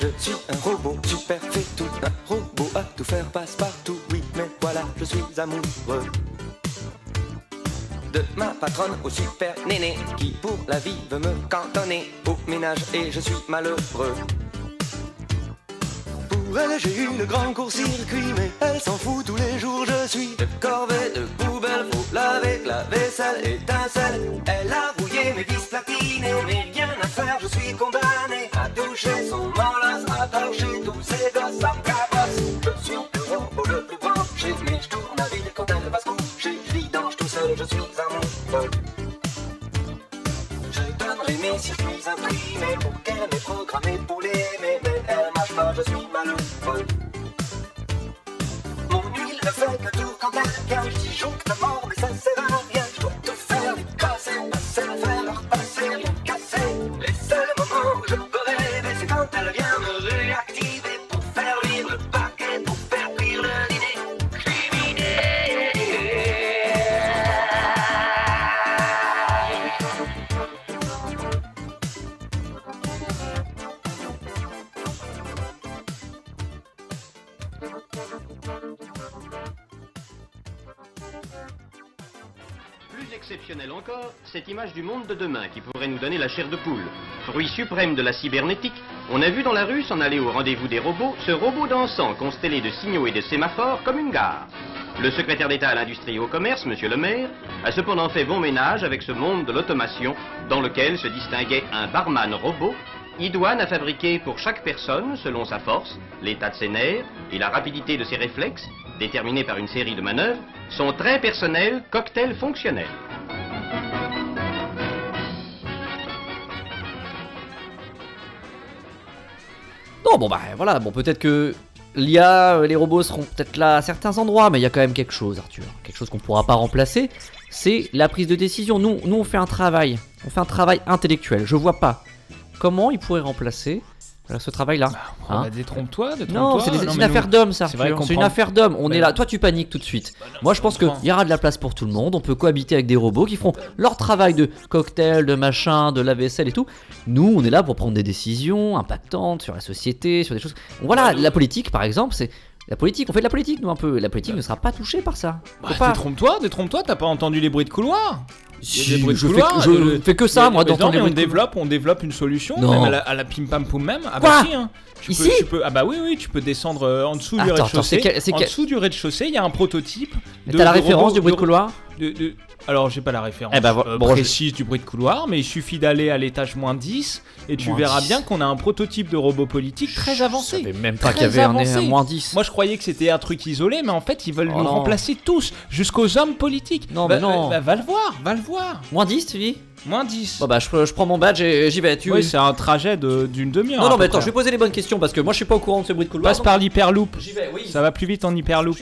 [SPEAKER 12] Je suis un robot super fait tout, un robot à tout faire passe partout. Oui, mais voilà, je suis amoureux de ma patronne au super néné qui pour la vie veut me cantonner au ménage et je suis malheureux. Pour elle, j'ai une grande court-circuit, mais elle s'en fout tous les jours. Je suis de corvée, de poubelle, faut laver, la vaisselle, étincelle. Elle a rouillé mes vis platinées, mais rien à faire, je suis condamné à toucher son enlace, à torcher tous ses gosses en cabosse. Je suis le robot le plus branché, mais je tourne la ville quand elle va se coucher. Je vidange tout seul, je suis un monstre. Je donnerai mes circuits imprimés pour qu'elle m'ait programmé pour l'aimer, mais elle marche pas, je suis malheureux. Mon huile ne fait que tout quand elle vient, je disjoncte la mort, mais ça sert à rien. Je dois tout faire, les casser, passer, le faire, repasser, rien casser. Les seuls moments où je peux rêver, c'est quand elle vient me réactiver pour faire vivre le paquet, pour faire cuire le dîner. Criminel.
[SPEAKER 7] Plus exceptionnel encore, cette image du monde de demain qui pourrait nous donner la chair de poule. Fruit suprême de la cybernétique, on a vu dans la rue s'en aller au rendez-vous des robots ce robot dansant constellé de signaux et de sémaphores comme une gare. Le secrétaire d'État à l'industrie et au commerce, M. Le Maire, a cependant fait bon ménage avec ce monde de l'automation dans lequel se distinguait un barman robot. Idoine a fabriqué pour chaque personne, selon sa force, l'état de ses nerfs et la rapidité de ses réflexes, déterminés par une série de manœuvres, son très personnel cocktail fonctionnel.
[SPEAKER 2] Non, bon bah voilà, bon peut-être que l'IA, euh, les robots seront peut-être là à certains endroits, mais il y a quand même quelque chose, Arthur, quelque chose qu'on pourra pas remplacer, c'est la prise de décision. Nous, nous on fait un travail, on fait un travail intellectuel. Je vois pas comment ils pourraient remplacer euh, ce travail-là. hein.
[SPEAKER 1] Bah, détrompe-toi, détrompe-toi.
[SPEAKER 2] Non, c'est des- c'est
[SPEAKER 1] mais
[SPEAKER 2] une
[SPEAKER 1] nous-
[SPEAKER 2] affaire d'hommes, ça.
[SPEAKER 1] C'est vrai
[SPEAKER 2] Arthur.
[SPEAKER 1] qu'on
[SPEAKER 2] C'est une
[SPEAKER 1] prend-
[SPEAKER 2] affaire d'hommes. On
[SPEAKER 1] Bah
[SPEAKER 2] est là.
[SPEAKER 1] non.
[SPEAKER 2] Toi, tu paniques tout de suite. Moi, je pense
[SPEAKER 1] Bah,
[SPEAKER 2] qu'il y aura de la place pour tout le monde. On peut cohabiter avec des robots qui feront leur travail de cocktail, de machin, de la vaisselle et tout. Nous, on est là pour prendre des décisions impactantes sur la société, sur des choses. Voilà, la politique, par exemple, c'est. La politique, on fait de la politique, nous, un peu. La politique ne sera pas touchée par ça. Faut
[SPEAKER 1] Bah,
[SPEAKER 2] pas-
[SPEAKER 1] détrompe-toi, détrompe-toi, t'as pas entendu les bruits de couloir Il y a
[SPEAKER 2] Si,
[SPEAKER 1] des bruits de
[SPEAKER 2] je fais-
[SPEAKER 1] couloir,
[SPEAKER 2] je
[SPEAKER 1] euh,
[SPEAKER 2] fais que ça,
[SPEAKER 1] mais-
[SPEAKER 2] moi,
[SPEAKER 1] mais non,
[SPEAKER 2] d'entendre les
[SPEAKER 1] mais
[SPEAKER 2] bruits
[SPEAKER 1] on
[SPEAKER 2] de couloir.
[SPEAKER 1] développe, on développe une solution,
[SPEAKER 2] Non.
[SPEAKER 1] même à la, à la pim pam poum même. Ah bah
[SPEAKER 2] Quoi
[SPEAKER 1] si, hein. Tu
[SPEAKER 2] Ici
[SPEAKER 1] peux, tu peux- Ah bah oui, oui, tu peux descendre euh, en dessous du
[SPEAKER 2] Attends, attends,
[SPEAKER 1] rez-de-chaussée.
[SPEAKER 2] c'est quel- c'est
[SPEAKER 1] En
[SPEAKER 2] quel-
[SPEAKER 1] dessous du rez-de-chaussée, il y a un prototype.
[SPEAKER 2] Mais
[SPEAKER 1] de-
[SPEAKER 2] t'as la
[SPEAKER 1] de
[SPEAKER 2] référence
[SPEAKER 1] robot-
[SPEAKER 2] du bruit de couloir
[SPEAKER 1] de- de- Alors, j'ai pas la référence
[SPEAKER 2] Eh ben, vo-
[SPEAKER 1] euh,
[SPEAKER 2] bon, je-
[SPEAKER 1] précise du bruit de couloir, mais il suffit d'aller à l'étage moins 10 et tu
[SPEAKER 2] Moins
[SPEAKER 1] verras
[SPEAKER 2] 10.
[SPEAKER 1] bien qu'on a un prototype de robot politique très avancé.
[SPEAKER 2] savais même pas
[SPEAKER 1] Très
[SPEAKER 2] qu'il y avait un-
[SPEAKER 1] avancé.
[SPEAKER 2] un moins 10.
[SPEAKER 1] Moi, je croyais que c'était un truc isolé, mais en fait, ils veulent
[SPEAKER 2] Oh
[SPEAKER 1] nous
[SPEAKER 2] non.
[SPEAKER 1] remplacer tous, jusqu'aux hommes politiques.
[SPEAKER 2] Non,
[SPEAKER 1] Bah,
[SPEAKER 2] mais non.
[SPEAKER 1] bah, va le voir, va le voir.
[SPEAKER 2] Moins 10, tu dis
[SPEAKER 1] Moins 10.
[SPEAKER 2] Bon, bah, je, je prends mon badge et j'y vais. Tu
[SPEAKER 1] Oui, c'est un trajet de- d'une demi-heure.
[SPEAKER 2] Non, non,
[SPEAKER 1] à peu
[SPEAKER 2] mais attends,
[SPEAKER 1] près.
[SPEAKER 2] je vais poser les bonnes questions parce que moi, je suis pas au courant de ce bruit de couloir.
[SPEAKER 1] Passe par l'hyperloop.
[SPEAKER 2] J'y vais, oui.
[SPEAKER 1] Ça va plus vite en hyperloop.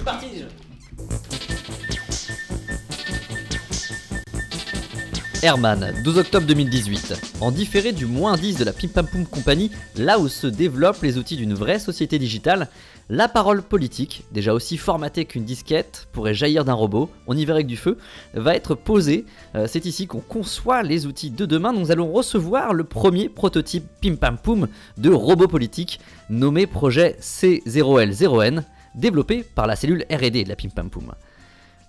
[SPEAKER 2] Herman, 12 octobre 2018. En différé du moins 10 de la Pim Pam Poum Company, là où se développent les outils d'une vraie société digitale, la parole politique, déjà aussi formatée qu'une disquette, pourrait jaillir d'un robot, on y verrait que du feu, va être posée. Euh, C'est ici qu'on conçoit les outils de demain. Nous allons recevoir le premier prototype Pim Pam Poum de robot politique, nommé projet C0L0N, développé par la cellule R&D de la Pim Pam Poum.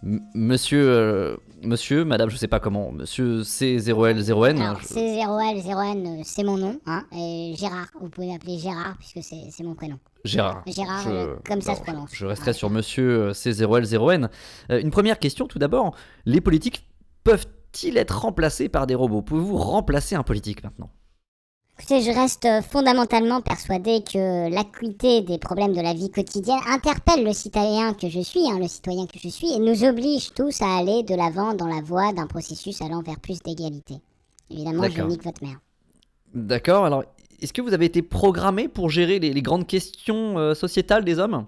[SPEAKER 2] M- Monsieur, euh, monsieur, madame, je sais pas comment, monsieur C0L0N.
[SPEAKER 13] Alors,
[SPEAKER 2] je-
[SPEAKER 13] C0L0N, euh, c'est mon nom, hein, et Gérard, vous pouvez m'appeler Gérard puisque c'est c'est mon prénom.
[SPEAKER 2] Gérard.
[SPEAKER 13] Gérard,
[SPEAKER 2] Ah, Je-
[SPEAKER 13] euh, comme ça
[SPEAKER 2] non,
[SPEAKER 13] se prononce.
[SPEAKER 2] Je resterai sur monsieur euh, C0L0N. Euh, une première question tout d'abord. Les politiques peuvent-ils être remplacés par des robots Pouvez-vous remplacer un politique maintenant
[SPEAKER 13] Écoutez, je reste euh, fondamentalement persuadé que l'acuité des problèmes de la vie quotidienne interpelle le citoyen que je suis, hein, le citoyen que je suis, et nous oblige tous à aller de l'avant dans la voie d'un processus allant vers plus d'égalité. Évidemment, je
[SPEAKER 2] D'accord.
[SPEAKER 13] nique votre mère.
[SPEAKER 2] D'accord, alors est-ce que vous avez été programmé pour gérer les, les grandes questions euh, sociétales des hommes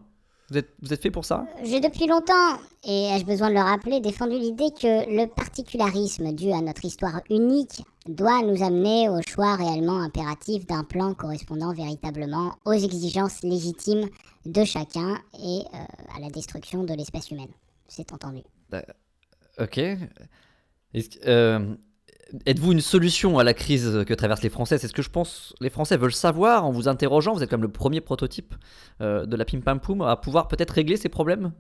[SPEAKER 2] vous êtes, vous êtes fait pour ça
[SPEAKER 13] J'ai depuis longtemps, et ai-je besoin de le rappeler, défendu l'idée que le particularisme dû à notre histoire unique doit nous amener au choix réellement impératif d'un plan correspondant véritablement aux exigences légitimes de chacun et euh, à la destruction de l'espèce humaine. C'est entendu.
[SPEAKER 2] Bah, Ok. Est-ce que- euh, Êtes-vous une solution à la crise que traversent les Français C'est ce que je pense. Les Français veulent savoir en vous interrogeant. Vous êtes comme le premier prototype euh, de la Pim Pam Poum à pouvoir peut-être régler ces problèmes.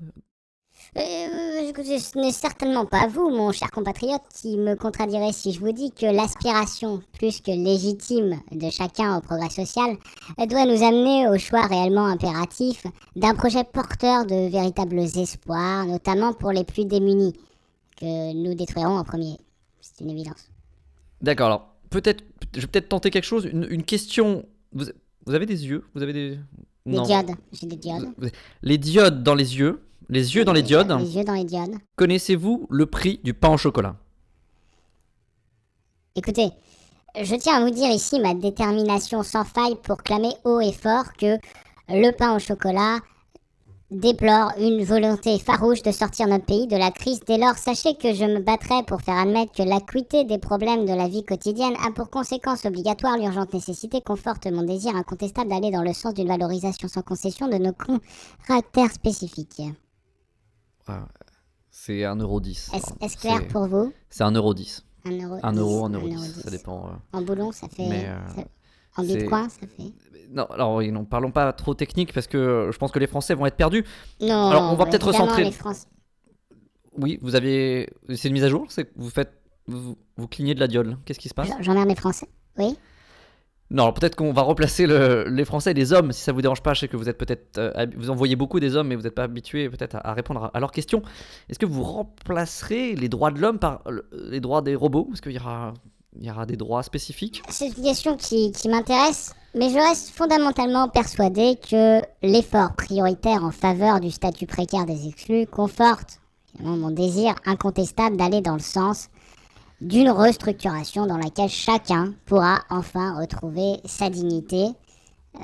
[SPEAKER 13] Euh, écoutez, ce n'est certainement pas vous, mon cher compatriote, qui me contradirait si je vous dis que l'aspiration plus que légitime de chacun au progrès social doit nous amener au choix réellement impératif d'un projet porteur de véritables espoirs, notamment pour les plus démunis, que nous détruirons en premier. C'est une évidence.
[SPEAKER 2] D'accord, alors peut-être. Je vais peut-être tenter quelque chose. Une, une question. Vous, vous avez des yeux Vous avez des.
[SPEAKER 13] Des diodes, j'ai des diodes.
[SPEAKER 2] Vous- Les diodes dans les yeux. Les yeux dans les diodes.
[SPEAKER 13] Les yeux dans les diodes.
[SPEAKER 2] Connaissez-vous le prix du pain au chocolat
[SPEAKER 13] Écoutez, je tiens à vous dire ici ma détermination sans faille pour clamer haut et fort que le pain au chocolat déplore une volonté farouche de sortir notre pays de la crise. Dès lors, sachez que je me battrai pour faire admettre que l'acuité des problèmes de la vie quotidienne a pour conséquence obligatoire l'urgente nécessité conforte mon désir incontestable d'aller dans le sens d'une valorisation sans concession de nos caractères spécifiques.
[SPEAKER 2] Ah, C'est 1,10€.
[SPEAKER 13] Est-ce-
[SPEAKER 2] Alors,
[SPEAKER 13] est-ce clair
[SPEAKER 2] c'est-
[SPEAKER 13] pour vous
[SPEAKER 2] C'est 1,10€.
[SPEAKER 13] 1,10€,
[SPEAKER 2] 1€,
[SPEAKER 13] 1,10.
[SPEAKER 2] 1,10€, ça dépend. euh.
[SPEAKER 13] En boulon, ça fait...
[SPEAKER 2] Mais, euh,
[SPEAKER 13] ça- En
[SPEAKER 2] c'est-
[SPEAKER 13] bitcoin, ça fait...
[SPEAKER 2] Non, alors oui, non, parlons pas trop technique parce que euh, je pense que les Français vont être perdus.
[SPEAKER 13] Non,
[SPEAKER 2] alors on va peut-être
[SPEAKER 13] évidemment,
[SPEAKER 2] recentrer.
[SPEAKER 13] les Français-
[SPEAKER 2] Oui, vous avez. C'est une mise à jour c'est que Vous faites. Vous, vous clignez de la diole. Qu'est-ce qui se passe
[SPEAKER 13] J'en- J'emmerde les Français. Oui.
[SPEAKER 2] Non, alors peut-être qu'on va replacer le- les Français et les hommes si ça vous dérange pas. Je sais que vous êtes peut-être. euh, hab- vous envoyez beaucoup des hommes mais vous n'êtes pas habitué peut-être à, à répondre à, à leurs questions. Est-ce que vous remplacerez les droits de l'homme par le- les droits des robots Est-ce qu'il y aura, il y aura des droits spécifiques
[SPEAKER 13] C'est une question qui, qui m'intéresse, mais je reste fondamentalement persuadé que l'effort prioritaire en faveur du statut précaire des exclus conforte finalement, mon désir incontestable d'aller dans le sens d'une restructuration dans laquelle chacun pourra enfin retrouver sa dignité, euh,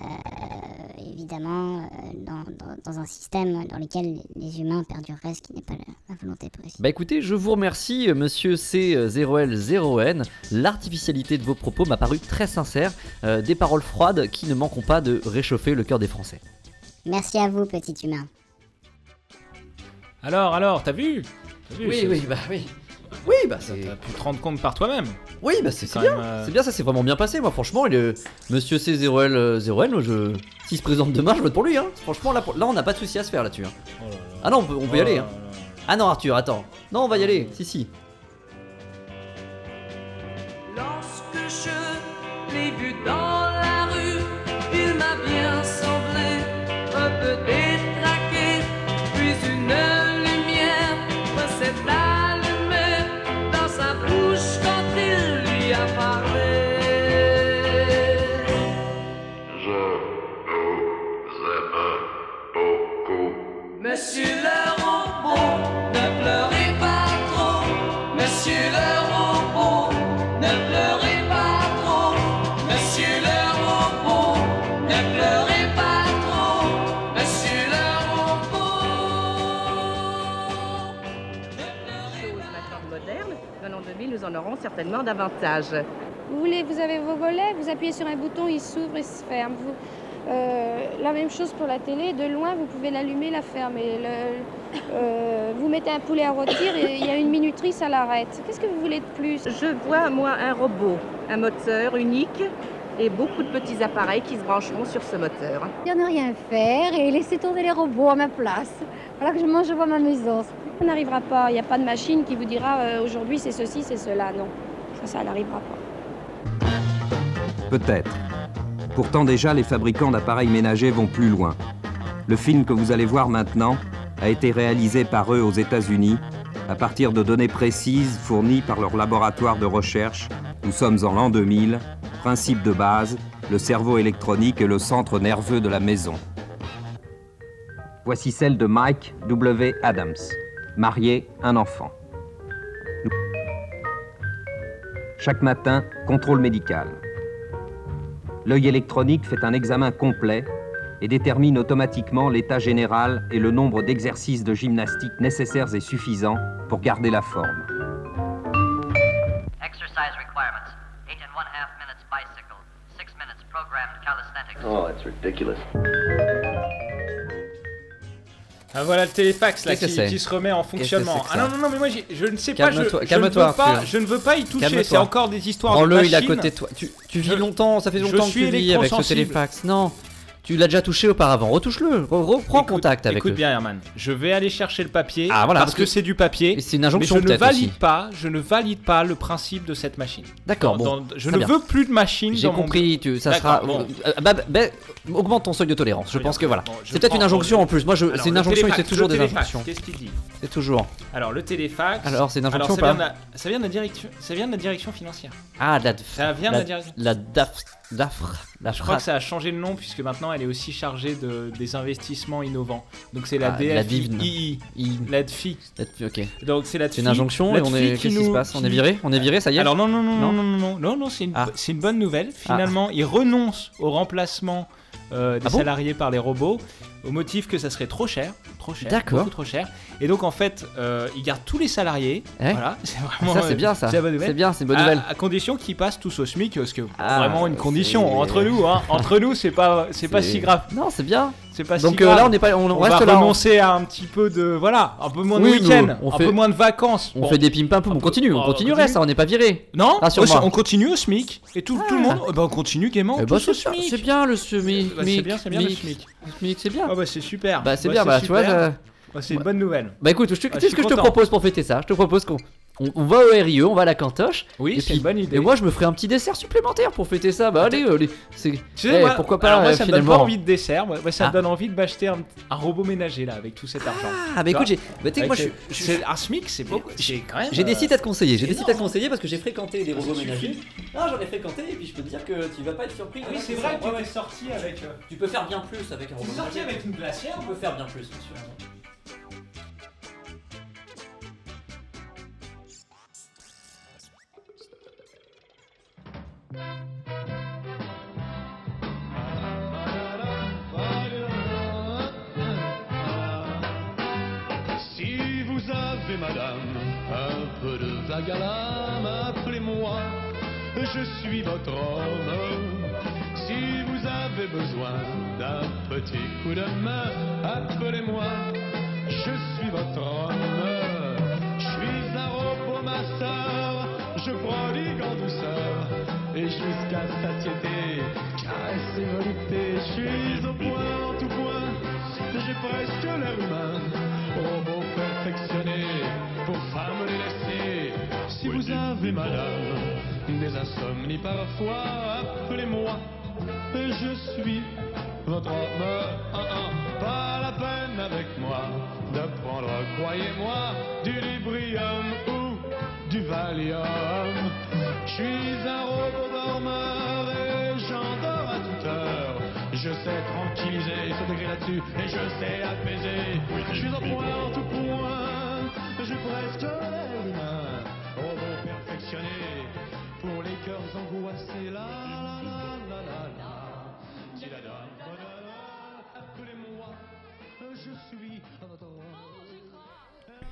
[SPEAKER 13] évidemment euh, dans, dans- dans un système dans lequel les humains perdureraient, ce qui n'est pas la, la volonté possible.
[SPEAKER 2] Bah écoutez, je vous remercie, euh, monsieur C0L0N. L'artificialité de vos propos m'a paru très sincère. euh, des paroles froides qui ne manqueront pas de réchauffer le cœur des Français.
[SPEAKER 13] Merci à vous, petit humain.
[SPEAKER 1] Alors, alors, t'as vu, T'as vu
[SPEAKER 2] Oui,
[SPEAKER 1] c'est-
[SPEAKER 2] oui, bah oui. Oui, bah c'est.
[SPEAKER 1] T'as pu te rendre compte par toi-même.
[SPEAKER 2] Oui, bah c'est c'est
[SPEAKER 1] quand
[SPEAKER 2] bien.
[SPEAKER 1] même, euh,
[SPEAKER 2] C'est bien, ça s'est vraiment bien passé. Moi, franchement, il est- monsieur C0L0N, je... s'il se présente demain, je vote pour lui. Hein. Franchement, là, pour- là on n'a pas de souci à se faire là-dessus. hein. Ah non, on peut, on peut y
[SPEAKER 1] Oh
[SPEAKER 2] aller.
[SPEAKER 1] là
[SPEAKER 2] hein. Ah non, Arthur, attends. Non, on va y aller. Si, si.
[SPEAKER 14] Lorsque je l'ai vu dans la rue, il m'a bien semblé un peu détraqué. Puis une lumière s'est allumée dans sa bouche quand il lui a parlé. Monsieur le robot, ne pleurez pas trop. Monsieur le robot, ne pleurez pas trop. Monsieur le robot, ne pleurez pas trop. Monsieur le robot.
[SPEAKER 15] plateforme moderne, dans l'an 2000, nous en aurons certainement davantage.
[SPEAKER 16] Vous voulez, vous avez vos volets, vous appuyez sur un bouton, il s'ouvre et se ferme. Vous- euh, la même chose pour la télé, de loin vous pouvez l'allumer, la fermer. Le- euh, vous mettez un poulet à rôtir et il y a une minuterie, ça l'arrête. Qu'est-ce que vous voulez de plus
[SPEAKER 15] Je vois, moi, un robot, un moteur unique et beaucoup de petits appareils qui se brancheront sur ce moteur.
[SPEAKER 17] Dire ne rien faire et laisser tourner les robots à ma place. Voilà que je mange, je vois ma maison.
[SPEAKER 16] On n'arrivera pas, il n'y a pas de machine qui vous dira euh, aujourd'hui c'est ceci, c'est cela, non. Ça, ça n'arrivera pas.
[SPEAKER 18] Peut-être. Pourtant déjà, les fabricants d'appareils ménagers vont plus loin. Le film que vous allez voir maintenant a été réalisé par eux aux États-Unis à partir de données précises fournies par leur laboratoire de recherche. Nous sommes en l'an 2000, principe de base, le cerveau électronique est le centre nerveux de la maison. Voici celle de Mike W. Adams, marié, un enfant. Chaque matin, contrôle médical. L'œil électronique fait un examen complet et détermine automatiquement l'état général et le nombre d'exercices de gymnastique nécessaires et suffisants pour garder la forme.
[SPEAKER 19] Exercise requirements. Eight and one half minutes bicycle. Six minutes programmed calisthenics.
[SPEAKER 3] Oh, that's ridiculous.
[SPEAKER 1] Ah, voilà le téléfax là,
[SPEAKER 2] Qu'est-ce
[SPEAKER 1] qui,
[SPEAKER 2] que c'est
[SPEAKER 1] qui se remet en fonctionnement.
[SPEAKER 2] Qu'est-ce que
[SPEAKER 1] Ah
[SPEAKER 2] c'est que
[SPEAKER 1] non,
[SPEAKER 2] ça
[SPEAKER 1] non, non, mais moi j'ai- je ne sais pas, je,
[SPEAKER 2] Calme-toi,
[SPEAKER 1] je ne veux
[SPEAKER 2] calme-toi,
[SPEAKER 1] pas,
[SPEAKER 2] Arthur.
[SPEAKER 1] je ne veux pas y toucher.
[SPEAKER 2] Calme-toi.
[SPEAKER 1] C'est encore des histoires de
[SPEAKER 2] Prends-le, il est à
[SPEAKER 1] machines.
[SPEAKER 2] côté de toi. Tu, tu vis longtemps, ça fait
[SPEAKER 1] Je
[SPEAKER 2] longtemps que
[SPEAKER 1] suis
[SPEAKER 2] tu vis avec ce
[SPEAKER 1] électro-sensible.
[SPEAKER 2] téléfax. Non, tu l'as déjà touché auparavant. Retouche-le, Re- reprends contact avec
[SPEAKER 1] Écoute
[SPEAKER 2] le-
[SPEAKER 1] bien, Herman, je vais aller chercher le papier
[SPEAKER 2] Ah, voilà,
[SPEAKER 1] parce
[SPEAKER 2] parce
[SPEAKER 1] que
[SPEAKER 2] que-
[SPEAKER 1] c'est du papier.
[SPEAKER 2] C'est une injonction
[SPEAKER 1] mais je ne
[SPEAKER 2] peut-être
[SPEAKER 1] valide
[SPEAKER 2] aussi.
[SPEAKER 1] pas, je ne valide pas le principe de cette machine.
[SPEAKER 2] D'accord,
[SPEAKER 1] Dans-
[SPEAKER 2] bon,
[SPEAKER 1] dans- je
[SPEAKER 2] très
[SPEAKER 1] ne
[SPEAKER 2] bien.
[SPEAKER 1] veux plus de machine.
[SPEAKER 2] J'ai
[SPEAKER 1] dans mon
[SPEAKER 2] compris,
[SPEAKER 1] bureau.
[SPEAKER 2] tu, ça sera.
[SPEAKER 1] D'accord, bon.
[SPEAKER 2] euh, bah, bah, bah, augmente ton seuil de tolérance. Je pense que voilà.
[SPEAKER 1] je
[SPEAKER 2] C'est peut-être une
[SPEAKER 1] prends-
[SPEAKER 2] injonction en plus. Moi, je-
[SPEAKER 1] Alors,
[SPEAKER 2] c'est une
[SPEAKER 1] le
[SPEAKER 2] injonction et
[SPEAKER 1] téléfax,
[SPEAKER 2] c'est toujours
[SPEAKER 1] le
[SPEAKER 2] des
[SPEAKER 1] téléfax,
[SPEAKER 2] injonctions.
[SPEAKER 1] Qu'est-ce qu'il dit
[SPEAKER 2] C'est toujours.
[SPEAKER 1] Alors le téléfax.
[SPEAKER 2] Alors, c'est une injonction
[SPEAKER 1] ça
[SPEAKER 2] ou
[SPEAKER 1] vient
[SPEAKER 2] pas
[SPEAKER 1] de la- Ça vient de la direction. Ça vient de la direction financière.
[SPEAKER 2] Ah, la.
[SPEAKER 1] Ça vient de la direction.
[SPEAKER 2] La DAF. DAFR. La
[SPEAKER 1] Je crois que ça a changé le nom puisque maintenant elle est aussi chargée de, des investissements innovants. Donc c'est la
[SPEAKER 2] Ah, la
[SPEAKER 1] DFII. La DFI.
[SPEAKER 2] Ok.
[SPEAKER 1] Donc c'est la
[SPEAKER 2] C'est une
[SPEAKER 1] DFI,
[SPEAKER 2] injonction
[SPEAKER 1] la
[SPEAKER 2] et on
[SPEAKER 1] DFI
[SPEAKER 2] est.
[SPEAKER 1] qui
[SPEAKER 2] Qu'est-ce qui se
[SPEAKER 1] nous-
[SPEAKER 2] passe On
[SPEAKER 1] qui-
[SPEAKER 2] est viré On est viré, ça y est
[SPEAKER 1] Alors non, non, non, non,
[SPEAKER 2] Non
[SPEAKER 1] non, non, non, non, non, c'est une,
[SPEAKER 2] Ah.
[SPEAKER 1] c'est une bonne nouvelle. Finalement, ils renoncent au remplacement euh, des
[SPEAKER 2] Ah bon
[SPEAKER 1] salariés par les robots au motif que ça serait trop cher, trop cher,
[SPEAKER 2] D'accord.
[SPEAKER 1] beaucoup trop cher. Et donc en fait, euh, ils gardent tous les salariés.
[SPEAKER 2] Eh
[SPEAKER 1] voilà, c'est vraiment
[SPEAKER 2] Ça, c'est
[SPEAKER 1] euh,
[SPEAKER 2] bien, ça.
[SPEAKER 1] C'est la bonne nouvelle. Ah.
[SPEAKER 2] C'est bien, c'est une bonne
[SPEAKER 1] À-
[SPEAKER 2] nouvelle.
[SPEAKER 1] À, condition qu'ils passent tous au SMIC, parce que
[SPEAKER 2] Ah,
[SPEAKER 1] vraiment une
[SPEAKER 2] c'est-
[SPEAKER 1] condition entre nous, hein, entre nous, c'est pas, c'est pas
[SPEAKER 2] C'est-
[SPEAKER 1] si grave.
[SPEAKER 2] Non, c'est bien.
[SPEAKER 1] C'est pas si
[SPEAKER 2] Donc euh,
[SPEAKER 1] grave.
[SPEAKER 2] là, on n'est pas. On, reste
[SPEAKER 1] va
[SPEAKER 2] là. on-
[SPEAKER 1] renoncer à un petit peu de voilà, un peu moins de
[SPEAKER 2] Oui, nous,
[SPEAKER 1] week-end,
[SPEAKER 2] on
[SPEAKER 1] un
[SPEAKER 2] fait-
[SPEAKER 1] peu moins de vacances.
[SPEAKER 2] On
[SPEAKER 1] Bon.
[SPEAKER 2] fait des pim pam poum, on continue, on
[SPEAKER 1] on Ah, bah,
[SPEAKER 2] continuerait
[SPEAKER 1] continue.
[SPEAKER 2] ça, on n'est pas viré.
[SPEAKER 1] Non,
[SPEAKER 2] rassure-moi. Ah.
[SPEAKER 1] on on continue au SMIC et tout, tout le monde. eh ben, on continue gaiement.
[SPEAKER 2] Eh
[SPEAKER 1] tous
[SPEAKER 2] bah,
[SPEAKER 1] au
[SPEAKER 2] c'est ça,
[SPEAKER 1] SMIC.
[SPEAKER 2] c'est bien le SMIC.
[SPEAKER 1] Bah, c'est bien, c'est bien le SMIC.
[SPEAKER 2] Le SMIC, c'est bien.
[SPEAKER 1] Ah bah c'est super.
[SPEAKER 2] Bah, c'est bien, bah, tu
[SPEAKER 1] super.
[SPEAKER 2] vois, je-
[SPEAKER 1] Bah, c'est une bonne nouvelle.
[SPEAKER 2] Bah écoute, je,
[SPEAKER 1] Ah,
[SPEAKER 2] tu sais
[SPEAKER 1] je
[SPEAKER 2] ce que
[SPEAKER 1] suis
[SPEAKER 2] je te
[SPEAKER 1] content.
[SPEAKER 2] propose pour fêter ça Je te propose qu'on on, on va au RIE, on va à la cantoche.
[SPEAKER 1] Oui,
[SPEAKER 2] et
[SPEAKER 1] c'est
[SPEAKER 2] puis-
[SPEAKER 1] une bonne idée.
[SPEAKER 2] Et moi, je me ferai un petit dessert supplémentaire pour fêter ça. Bah allez, euh, les- c'est.
[SPEAKER 1] Tu sais,
[SPEAKER 2] eh,
[SPEAKER 1] moi-
[SPEAKER 2] pourquoi pas
[SPEAKER 1] alors moi,
[SPEAKER 2] euh,
[SPEAKER 1] ça me donne
[SPEAKER 2] finalement
[SPEAKER 1] pas envie de dessert. Moi, moi, ça
[SPEAKER 2] Ah.
[SPEAKER 1] me donne envie de m'acheter un, un robot ménager là avec tout cet argent.
[SPEAKER 2] Ah bah
[SPEAKER 1] Tu vois
[SPEAKER 2] écoute, j'ai. Bah tu sais que moi, je
[SPEAKER 1] Avec
[SPEAKER 2] suis.
[SPEAKER 1] le- c'est- un SMIC, c'est beaucoup. J'ai quand même.
[SPEAKER 2] J'ai des
[SPEAKER 1] euh,
[SPEAKER 2] sites à te conseiller, j'ai des
[SPEAKER 1] énorme.
[SPEAKER 2] sites à te conseiller parce que j'ai fréquenté des robots ménagers. Ah, j'en ai fréquenté et puis je peux te dire que tu vas pas être surpris.
[SPEAKER 1] Oui, c'est vrai que tu m'es sorti avec. euh,
[SPEAKER 2] Tu peux faire bien plus avec un
[SPEAKER 1] Tu
[SPEAKER 2] robot
[SPEAKER 1] es sorti
[SPEAKER 2] ménager.
[SPEAKER 1] avec une glacière.
[SPEAKER 2] On peut faire bien plus, bien sûr.
[SPEAKER 20] Si vous avez, madame, un peu de vague à l'âme, appelez-moi, je suis votre homme. Si vous avez besoin d'un petit coup de main, appelez-moi, je suis votre homme. Je suis un robot, ma sœur, je prodigue en douceur et jusqu'à satiété, caresse et volupté. Je suis au point, en tout point, j'ai presque l'air humain, robot perfectionné pour femme délaissée. Si vous avez, madame, des insomnies parfois, appelez-moi, je suis votre homme. Ah, ah, Pas la peine avec moi d'apprendre, croyez-moi, du Librium ou du Valium. Je suis un robot dormeur et j'endors à toute heure. Je sais tranquilliser, se dégré là-dessus et je sais apaiser. Je suis en point, en tout point, je presque l'air humain. Robot perfectionné pour les cœurs angoissés. La la la la la la. Qui la donne, bonheur, appelez-moi, je suis votre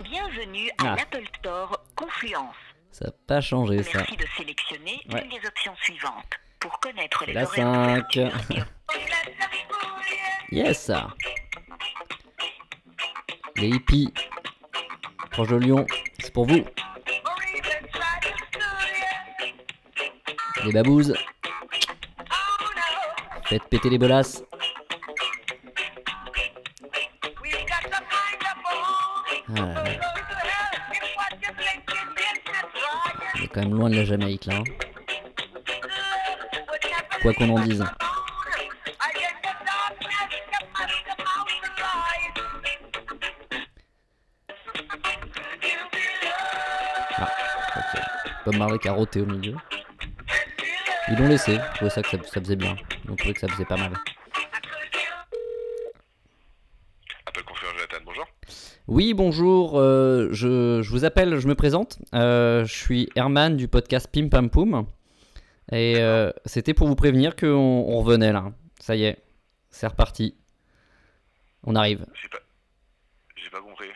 [SPEAKER 21] Bienvenue
[SPEAKER 2] Ah.
[SPEAKER 21] à l'Apple Store Confluence.
[SPEAKER 2] Ça n'a pas changé ça.
[SPEAKER 21] Merci de sélectionner
[SPEAKER 2] Ouais.
[SPEAKER 21] une des options suivantes. Pour connaître
[SPEAKER 2] C'est
[SPEAKER 21] les
[SPEAKER 2] la
[SPEAKER 21] horaires
[SPEAKER 2] 5. yes. Les hippies. Proche de Lyon, c'est pour vous. Les babouzes. Faites péter les bolasses. Ah là là. On est quand même loin de la Jamaïque là. hein. Quoi qu'on en dise. Ah, ok. Bob Marley carotté au milieu. Ils l'ont laissé, je trouvais ça que ça, ça faisait bien. Ils ont trouvé que ça faisait pas mal.
[SPEAKER 22] Appel conférence Jonathan, bonjour.
[SPEAKER 2] Oui, bonjour, euh, je, je vous appelle, je me présente. Euh, je suis Herman du podcast Pim Pam Poum. Et euh, c'était pour vous prévenir qu'on on revenait là. Ça y est, c'est reparti. On arrive.
[SPEAKER 4] J'ai pas compris.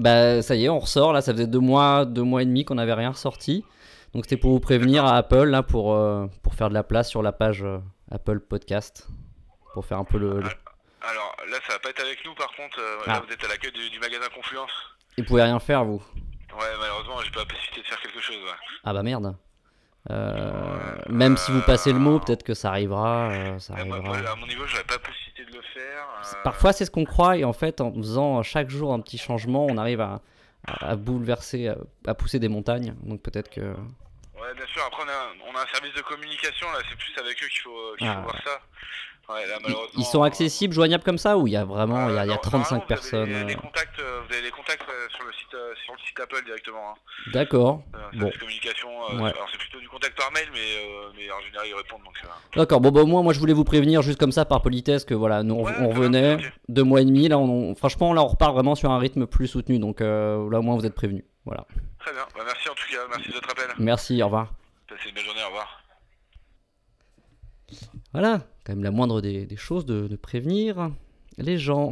[SPEAKER 2] Bah ça y est, on ressort là, ça faisait deux mois, deux mois et demi qu'on n'avait rien ressorti. Donc c'était pour vous prévenir à Apple là pour, euh, pour faire de la place sur la page euh, Apple Podcast. Pour faire un peu le. le-
[SPEAKER 4] Ah, Alors là, ça va pas être avec nous par contre. euh,
[SPEAKER 2] Ah.
[SPEAKER 4] Là, vous êtes à l'accueil du, du magasin Confluence.
[SPEAKER 2] Et vous pouvez rien faire vous.
[SPEAKER 4] Ouais, malheureusement, j'ai pas la possibilité de faire quelque chose. ouais.
[SPEAKER 2] Ah bah merde. Euh, même si vous passez le mot, peut-être que ça arrivera. euh, ça arrivera.
[SPEAKER 4] À mon niveau, j'aurais pas la possibilité de le faire. euh,
[SPEAKER 2] Parfois, c'est ce qu'on croit, et en fait, en faisant chaque jour un petit changement, on arrive à, à- à bouleverser, à, à pousser des montagnes. Donc peut-être que.
[SPEAKER 4] Ouais, bien sûr. Après, on a, on a un service de communication. Là, c'est plus avec eux qu'il faut, euh, qu'il faut
[SPEAKER 2] Ah.
[SPEAKER 4] voir ça. Ouais, là,
[SPEAKER 2] Ils,
[SPEAKER 4] malheureusement. euh,
[SPEAKER 2] ils sont accessibles, joignables comme ça, ou il y a vraiment il y a, il y a 35 personnes
[SPEAKER 4] Vous avez
[SPEAKER 2] euh,
[SPEAKER 4] les contacts, euh, vous avez les contacts euh, sur le site, euh, sur le site Apple directement. hein.
[SPEAKER 2] D'accord.
[SPEAKER 4] Euh, service
[SPEAKER 2] Bon.
[SPEAKER 4] de communication. euh,
[SPEAKER 2] Ouais.
[SPEAKER 4] Alors, c'est plutôt du contact par mail, mais, euh, mais en général, ils répondent. Donc, euh. ça va.
[SPEAKER 2] D'accord, bon, bah, au moins, moi, je voulais vous prévenir juste comme ça, par politesse, que voilà, nous, on, on revenait deux mois et demi. Là, on, on- franchement, là, on repart vraiment sur un rythme plus soutenu. Donc euh, là, au moins, vous êtes prévenus. Voilà.
[SPEAKER 4] Très bien. Bah, merci en tout cas. Merci de votre appel.
[SPEAKER 2] Merci, au revoir.
[SPEAKER 4] Passez une belle journée. Au revoir.
[SPEAKER 2] Voilà, quand même la moindre des, des choses de, de prévenir les gens.